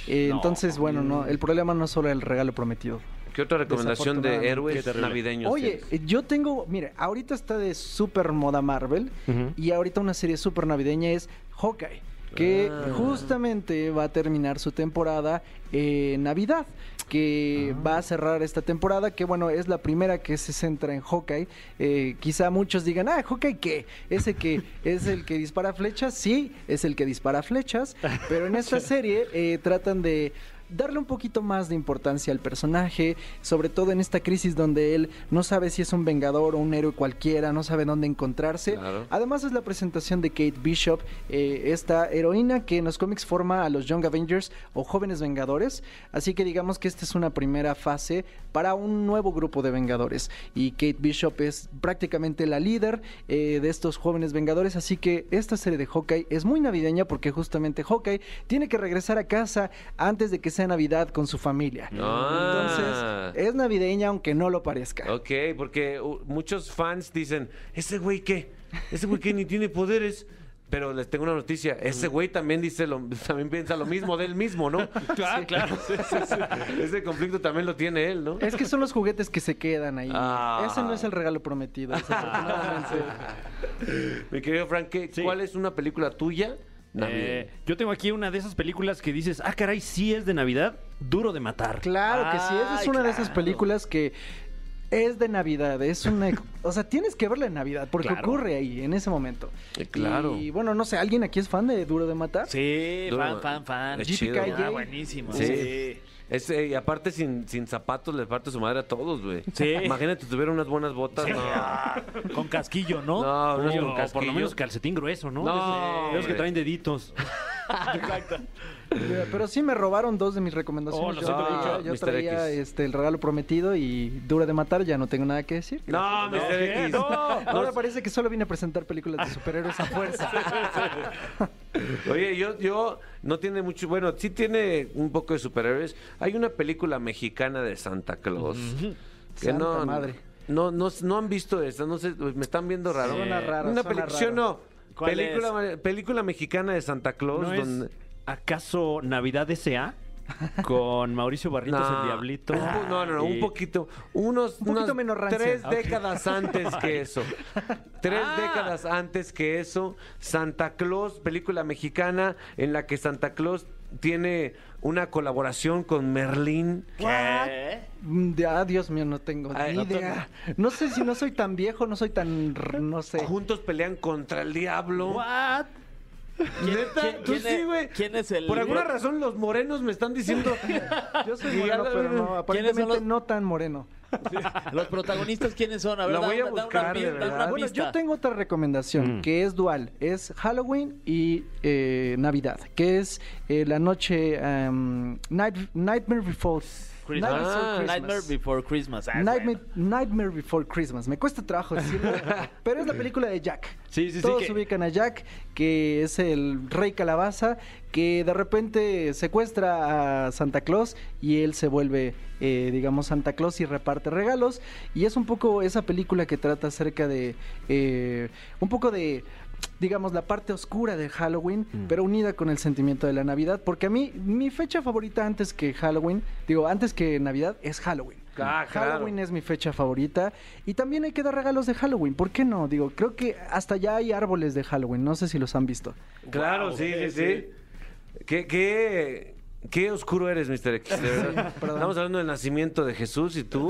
Speaker 10: Eh,
Speaker 4: no. mm.
Speaker 10: Entonces, bueno, no, el problema no es solo el regalo prometido.
Speaker 2: ¿Qué otra recomendación de
Speaker 10: Desafortunadamente.
Speaker 2: héroes navideños?
Speaker 10: Oye,
Speaker 2: tienes?
Speaker 10: eh, yo tengo, mire, ahorita está de super moda Marvel
Speaker 4: Ujú.
Speaker 10: y ahorita una serie super navideña es Hawkeye, que justamente va a terminar su temporada en Navidad, que va a cerrar esta temporada, que bueno, es la primera que se centra en Hawkeye. Eh, quizá muchos digan, ah, Hawkeye qué, ese que es el que dispara flechas, sí, es el que dispara flechas, pero en esta serie eh, tratan de darle un poquito más de importancia al personaje, sobre todo en esta crisis donde él no sabe si es un vengador o un héroe cualquiera, no sabe dónde encontrarse.
Speaker 2: Claro.
Speaker 10: Además es la presentación de Kate Bishop, eh, esta heroína que en los cómics forma a los Young Avengers o jóvenes vengadores, así que digamos que esta es una primera fase para un nuevo grupo de vengadores y Kate Bishop es prácticamente la líder eh, de estos jóvenes vengadores, así que esta serie de Hawkeye es muy navideña porque justamente Hawkeye tiene que regresar a casa antes de que sea Navidad con su familia.
Speaker 2: Ah.
Speaker 10: Entonces, es navideña aunque no lo parezca.
Speaker 2: Ok, porque uh, muchos fans dicen, ese güey qué, ese güey que ni tiene poderes. Pero les tengo una noticia, ese güey también dice lo, también piensa lo mismo de él mismo, ¿no? Claro, claro. Ese conflicto también lo tiene él, ¿no?
Speaker 10: Es que son los juguetes que se quedan ahí.
Speaker 2: Ah.
Speaker 10: Ese no es el regalo prometido. desafortunadamente.
Speaker 2: Mi querido Frank, ¿qué-
Speaker 4: Sí.
Speaker 2: ¿cuál es una película tuya?
Speaker 4: Eh, yo tengo aquí una de esas películas que dices, ah, caray, sí es de Navidad, duro de matar.
Speaker 10: Claro que sí, esa es
Speaker 5: Ay,
Speaker 10: una de esas
Speaker 5: claro.
Speaker 10: películas que es de Navidad, es una... O sea, tienes que verla en Navidad, porque
Speaker 4: Claro.
Speaker 10: ocurre ahí, en ese momento.
Speaker 2: Eh, claro.
Speaker 10: Y bueno, no sé, ¿alguien aquí es fan de Duro de Matar?
Speaker 5: Sí,
Speaker 2: Duro,
Speaker 5: fan, fan, fan.
Speaker 2: es chido.
Speaker 5: Ah, buenísimo.
Speaker 2: Sí.
Speaker 5: Sí.
Speaker 2: Es, eh, y aparte sin, sin zapatos le parte su madre a todos, güey.
Speaker 5: Sí.
Speaker 2: Imagínate, tuviera unas buenas botas. No,
Speaker 5: Con casquillo, ¿no?
Speaker 2: no, no,
Speaker 4: O-
Speaker 2: es con
Speaker 4: o por
Speaker 2: casquillo.
Speaker 4: lo menos calcetín grueso, ¿no?
Speaker 2: No,
Speaker 4: De esos- de esos
Speaker 2: hombre.
Speaker 4: que traen deditos.
Speaker 10: Eh, Pero sí me robaron dos de mis recomendaciones.
Speaker 4: Oh, lo
Speaker 10: yo,
Speaker 4: siento
Speaker 10: traía-
Speaker 2: mucho.
Speaker 10: yo
Speaker 2: Mr.
Speaker 10: traía
Speaker 2: X.
Speaker 10: este, el regalo prometido y Duro de Matar, ya no tengo nada que decir.
Speaker 2: No, Mr. X.
Speaker 10: Ahora parece que solo vine a presentar películas de superhéroes a fuerza.
Speaker 2: Oye, yo, yo no tiene mucho, bueno, sí tiene un poco de superhéroes. Hay una película mexicana de Santa Claus. Que
Speaker 10: Santa
Speaker 2: no,
Speaker 10: madre.
Speaker 2: No, no, no han visto esta, no sé, me están viendo raro.
Speaker 10: Suena raro,
Speaker 2: una
Speaker 10: suena
Speaker 2: película,
Speaker 10: raro.
Speaker 2: no,
Speaker 5: ¿Cuál
Speaker 2: película, película mexicana de Santa Claus
Speaker 4: ¿No
Speaker 2: donde
Speaker 4: es acaso Navidad S.A.? Con Mauricio Barrientos
Speaker 2: No,
Speaker 4: el Diablito.
Speaker 2: un po- no, no, no, un
Speaker 4: Y-
Speaker 2: poquito. Unos,
Speaker 10: Un poquito
Speaker 2: unas
Speaker 10: menos rancia.
Speaker 2: Tres
Speaker 10: Ok.
Speaker 2: décadas antes que eso. Tres
Speaker 5: Ah.
Speaker 2: décadas antes que eso. Santa Claus, película mexicana en la que Santa Claus tiene una colaboración con Merlín.
Speaker 5: ¿Qué?
Speaker 10: Mm, de- ah, Dios mío, no tengo
Speaker 2: Ay,
Speaker 10: ni
Speaker 2: no te-
Speaker 10: idea. No sé si no soy tan viejo, no soy tan... r- no sé.
Speaker 2: Juntos pelean contra el diablo. ¿Neta?
Speaker 5: quién-
Speaker 2: ¿Tú
Speaker 5: quién
Speaker 2: sí,
Speaker 5: es-
Speaker 2: güey?
Speaker 5: quién es el-
Speaker 2: Por alguna razón los morenos me están diciendo...
Speaker 10: Yo soy moreno, pero no,
Speaker 5: ¿Quiénes son
Speaker 10: aparentemente
Speaker 5: los-
Speaker 10: no tan moreno.
Speaker 5: Los protagonistas, ¿quiénes son? A ver,
Speaker 2: La
Speaker 5: da-
Speaker 2: voy a
Speaker 5: da una
Speaker 2: buscar, de
Speaker 5: pi- da
Speaker 2: verdad.
Speaker 5: una
Speaker 10: Bueno,
Speaker 5: pista.
Speaker 10: yo tengo otra recomendación
Speaker 4: Mm.
Speaker 10: que es dual. Es Halloween y eh, Navidad, que es eh, la noche em, Night- Nightmare Before
Speaker 5: Christmas.
Speaker 10: Nightmare Before Christmas.
Speaker 5: Ah, Nightmare Before Christmas. Ah,
Speaker 10: Nightmare, Nightmare Before Christmas. Me cuesta trabajo decirlo, pero es la película de Jack.
Speaker 4: Sí, sí, sí,
Speaker 10: Todos
Speaker 4: que-
Speaker 10: ubican a Jack, que es el rey calabaza, que de repente secuestra a Santa Claus y él se vuelve, eh, digamos, Santa Claus y reparte regalos. Y es un poco esa película que trata acerca de, eh, un poco de digamos la parte oscura de Halloween,
Speaker 4: Mm.
Speaker 10: pero unida con el sentimiento de la Navidad, porque a mí mi fecha favorita antes que Halloween, digo, antes que Navidad es Halloween.
Speaker 2: Ah, claro.
Speaker 10: Halloween es mi fecha favorita. Y también hay que dar regalos de Halloween. ¿Por qué no? Digo, creo que hasta ya hay árboles de Halloween. No sé si los han visto.
Speaker 2: Claro,
Speaker 4: Wow.
Speaker 2: sí, sí,
Speaker 4: Sí,
Speaker 2: sí. ¿Qué, qué, qué oscuro eres, Mr. X? de verdad. Estamos hablando del nacimiento de Jesús y tú.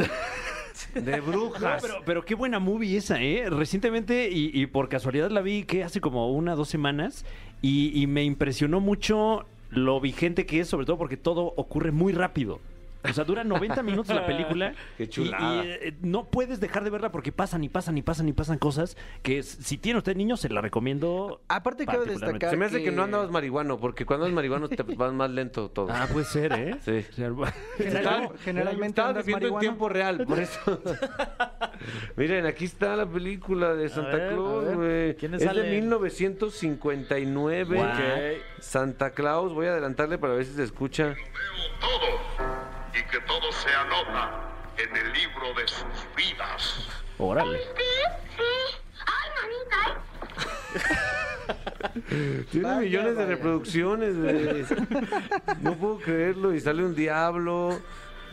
Speaker 2: De
Speaker 4: No,
Speaker 2: brujas.
Speaker 4: pero, pero qué buena movie esa, ¿eh? Recientemente, y, y por casualidad la vi que hace como una dos semanas, y, y me impresionó mucho lo vigente que es, sobre todo porque todo ocurre muy rápido. O sea, dura 90 minutos la película.
Speaker 2: Qué
Speaker 4: y-
Speaker 2: chulada.
Speaker 4: Y, eh, no puedes dejar de verla porque pasan y pasan y pasan y pasan cosas que s- si tiene usted niños se la recomiendo.
Speaker 2: Ah,
Speaker 10: Aparte, cabe
Speaker 4: particularmente.
Speaker 10: destacar-
Speaker 2: Se me hace que...
Speaker 10: que-
Speaker 2: no andabas marihuano, porque cuando andas marihuano te vas más lento todo.
Speaker 4: Ah, puede ser, ¿eh?
Speaker 2: Sí.
Speaker 4: O sea,
Speaker 10: General-
Speaker 2: Estaba-
Speaker 10: generalmente
Speaker 2: estaba
Speaker 10: andas
Speaker 2: viviendo en
Speaker 10: marihuana.
Speaker 2: tiempo real, por eso. Miren, aquí está la película de Santa
Speaker 5: ver,
Speaker 2: Claus,
Speaker 5: a ver.
Speaker 2: güey.
Speaker 5: ¿Quiénes
Speaker 2: Es de
Speaker 5: salen?
Speaker 2: 1959.
Speaker 5: Guau.
Speaker 2: Santa Claus, voy a adelantarle para ver si se escucha.
Speaker 11: todos y que todo se anota en el libro de sus vidas.
Speaker 4: Órale.
Speaker 2: Tiene
Speaker 10: Vaya,
Speaker 2: millones de
Speaker 10: vaya.
Speaker 2: reproducciones, güey. No puedo creerlo. Y sale un diablo.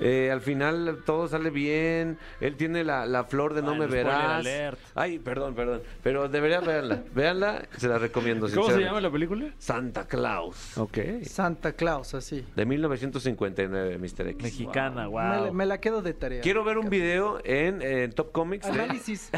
Speaker 2: eh, al final todo sale bien. Él tiene la, la flor de no
Speaker 5: Bueno,
Speaker 2: me
Speaker 5: spoiler
Speaker 2: verás.
Speaker 5: alert.
Speaker 2: Ay, perdón, perdón. Pero debería verla. Véanla, se la recomiendo.
Speaker 4: ¿Cómo se
Speaker 2: sinceramente.
Speaker 4: llama la película?
Speaker 2: Santa Claus.
Speaker 4: Ok.
Speaker 10: Santa Claus, así.
Speaker 2: De 1959, Mr. X.
Speaker 5: Mexicana,
Speaker 10: Me,
Speaker 5: wow.
Speaker 10: la- me la quedo de tarea.
Speaker 2: Quiero ver un video en, en Top Comics de-
Speaker 10: Análisis.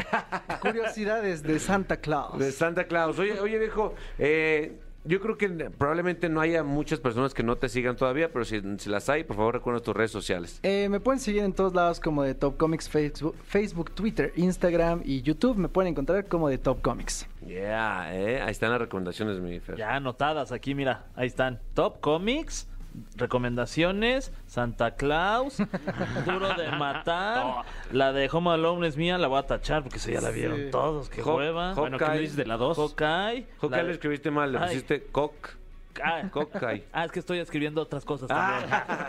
Speaker 10: curiosidades de Santa Claus.
Speaker 2: de Santa Claus. Oye, oye viejo, eh, yo creo que probablemente no haya muchas personas que no te sigan todavía, pero si, si las hay, por favor recuerda tus redes sociales.
Speaker 10: Eh, me pueden seguir en todos lados como de Top Comics, Facebook, Facebook, Twitter, Instagram y YouTube. Me pueden encontrar como de Top Comics.
Speaker 2: Yeah, eh, ahí están las recomendaciones, mi Fer.
Speaker 5: Ya anotadas aquí, mira, ahí están. Top Comics, recomendaciones, Santa Claus, Duro de Matar. La de Home Alone es mía, la voy a tachar porque esa ya la vieron
Speaker 10: Sí.
Speaker 5: todos, que
Speaker 2: Ho-
Speaker 5: hueva.
Speaker 2: Hawkeye.
Speaker 5: Bueno, ¿qué me dices de la 2? Hawkeye.
Speaker 2: Hawkeye
Speaker 5: la-
Speaker 2: lo escribiste mal, le
Speaker 5: Ay.
Speaker 2: pusiste cock.
Speaker 5: Ah,
Speaker 2: Hawkeye.
Speaker 5: ah, es que estoy escribiendo otras cosas también.
Speaker 2: Ah.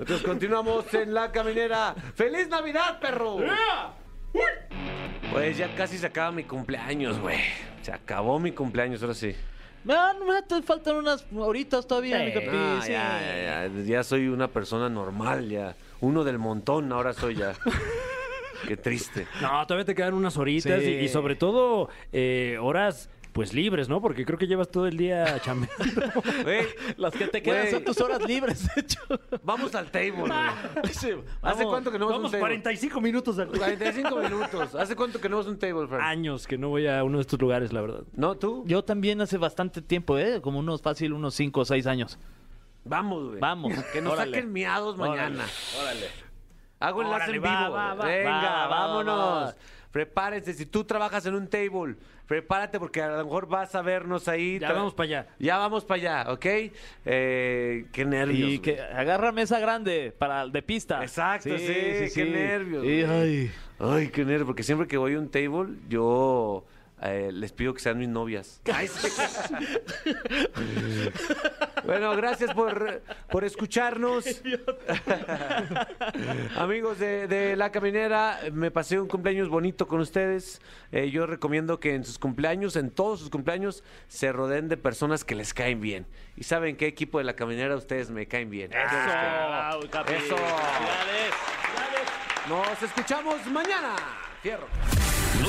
Speaker 2: Entonces continuamos en la caminera. ¡Feliz Navidad, perro! Pues ya casi se acaba mi cumpleaños, güey. Se acabó mi cumpleaños, ahora sí.
Speaker 5: No, no, te faltan unas horitas todavía, mi capi,
Speaker 2: No,
Speaker 5: sí.
Speaker 2: Ah, ya, ya, ya, ya soy una persona normal, ya. Uno del montón, ahora soy ya. Qué triste.
Speaker 4: No, todavía te quedan unas horitas
Speaker 5: Sí.
Speaker 4: y, y sobre todo eh, horas pues libres, ¿no? Porque creo que llevas todo el día chambeando.
Speaker 2: Güey,
Speaker 5: Las que te quedan
Speaker 2: Güey.
Speaker 5: son tus horas libres, de hecho.
Speaker 2: vamos al table, güey.
Speaker 5: Sí,
Speaker 2: ¿Hace
Speaker 5: vamos.
Speaker 2: cuánto que no vamos a un
Speaker 4: Vamos
Speaker 2: table?
Speaker 4: 45 minutos al
Speaker 2: 45 minutos. ¿Hace cuánto que no vas a un table, Frank?
Speaker 4: años que no voy a uno de estos lugares, la verdad.
Speaker 2: ¿No tú?
Speaker 5: Yo también hace bastante tiempo, ¿eh? Como unos fácil, unos 5 o 6 años.
Speaker 2: Vamos, güey.
Speaker 5: Vamos.
Speaker 2: Que nos
Speaker 5: órale.
Speaker 2: saquen miados mañana.
Speaker 5: Órale.
Speaker 2: Hago enlace
Speaker 5: Órale,
Speaker 2: en
Speaker 5: va,
Speaker 2: vivo.
Speaker 5: va, va.
Speaker 2: Venga,
Speaker 5: Va, va,
Speaker 2: vámonos.
Speaker 5: va.
Speaker 2: Prepárense. Si tú trabajas en un table, prepárate porque a lo mejor vas a vernos ahí.
Speaker 4: Ya
Speaker 2: Tra-
Speaker 4: vamos para allá.
Speaker 2: Ya vamos para allá, ¿ok? Eh, qué nervios.
Speaker 5: Y que
Speaker 2: güey.
Speaker 5: agarra mesa grande para de pista.
Speaker 2: Exacto, sí, qué nervios,
Speaker 5: Y,
Speaker 2: güey.
Speaker 5: ay,
Speaker 2: Ay, qué nervios. Porque siempre que voy a un table, yo eh, les pido que sean mis novias. Ay, sí. bueno, gracias por, por escucharnos. Amigos de, de La Caminera, me pasé un cumpleaños bonito con ustedes. Eh, yo recomiendo que en sus cumpleaños, en todos sus cumpleaños, se rodeen de personas que les caen bien. ¿Y saben qué equipo de La Caminera ustedes me caen bien?
Speaker 5: Eso.
Speaker 2: Eso.
Speaker 5: Felicidades.
Speaker 2: Nos escuchamos mañana. Fierro.
Speaker 1: No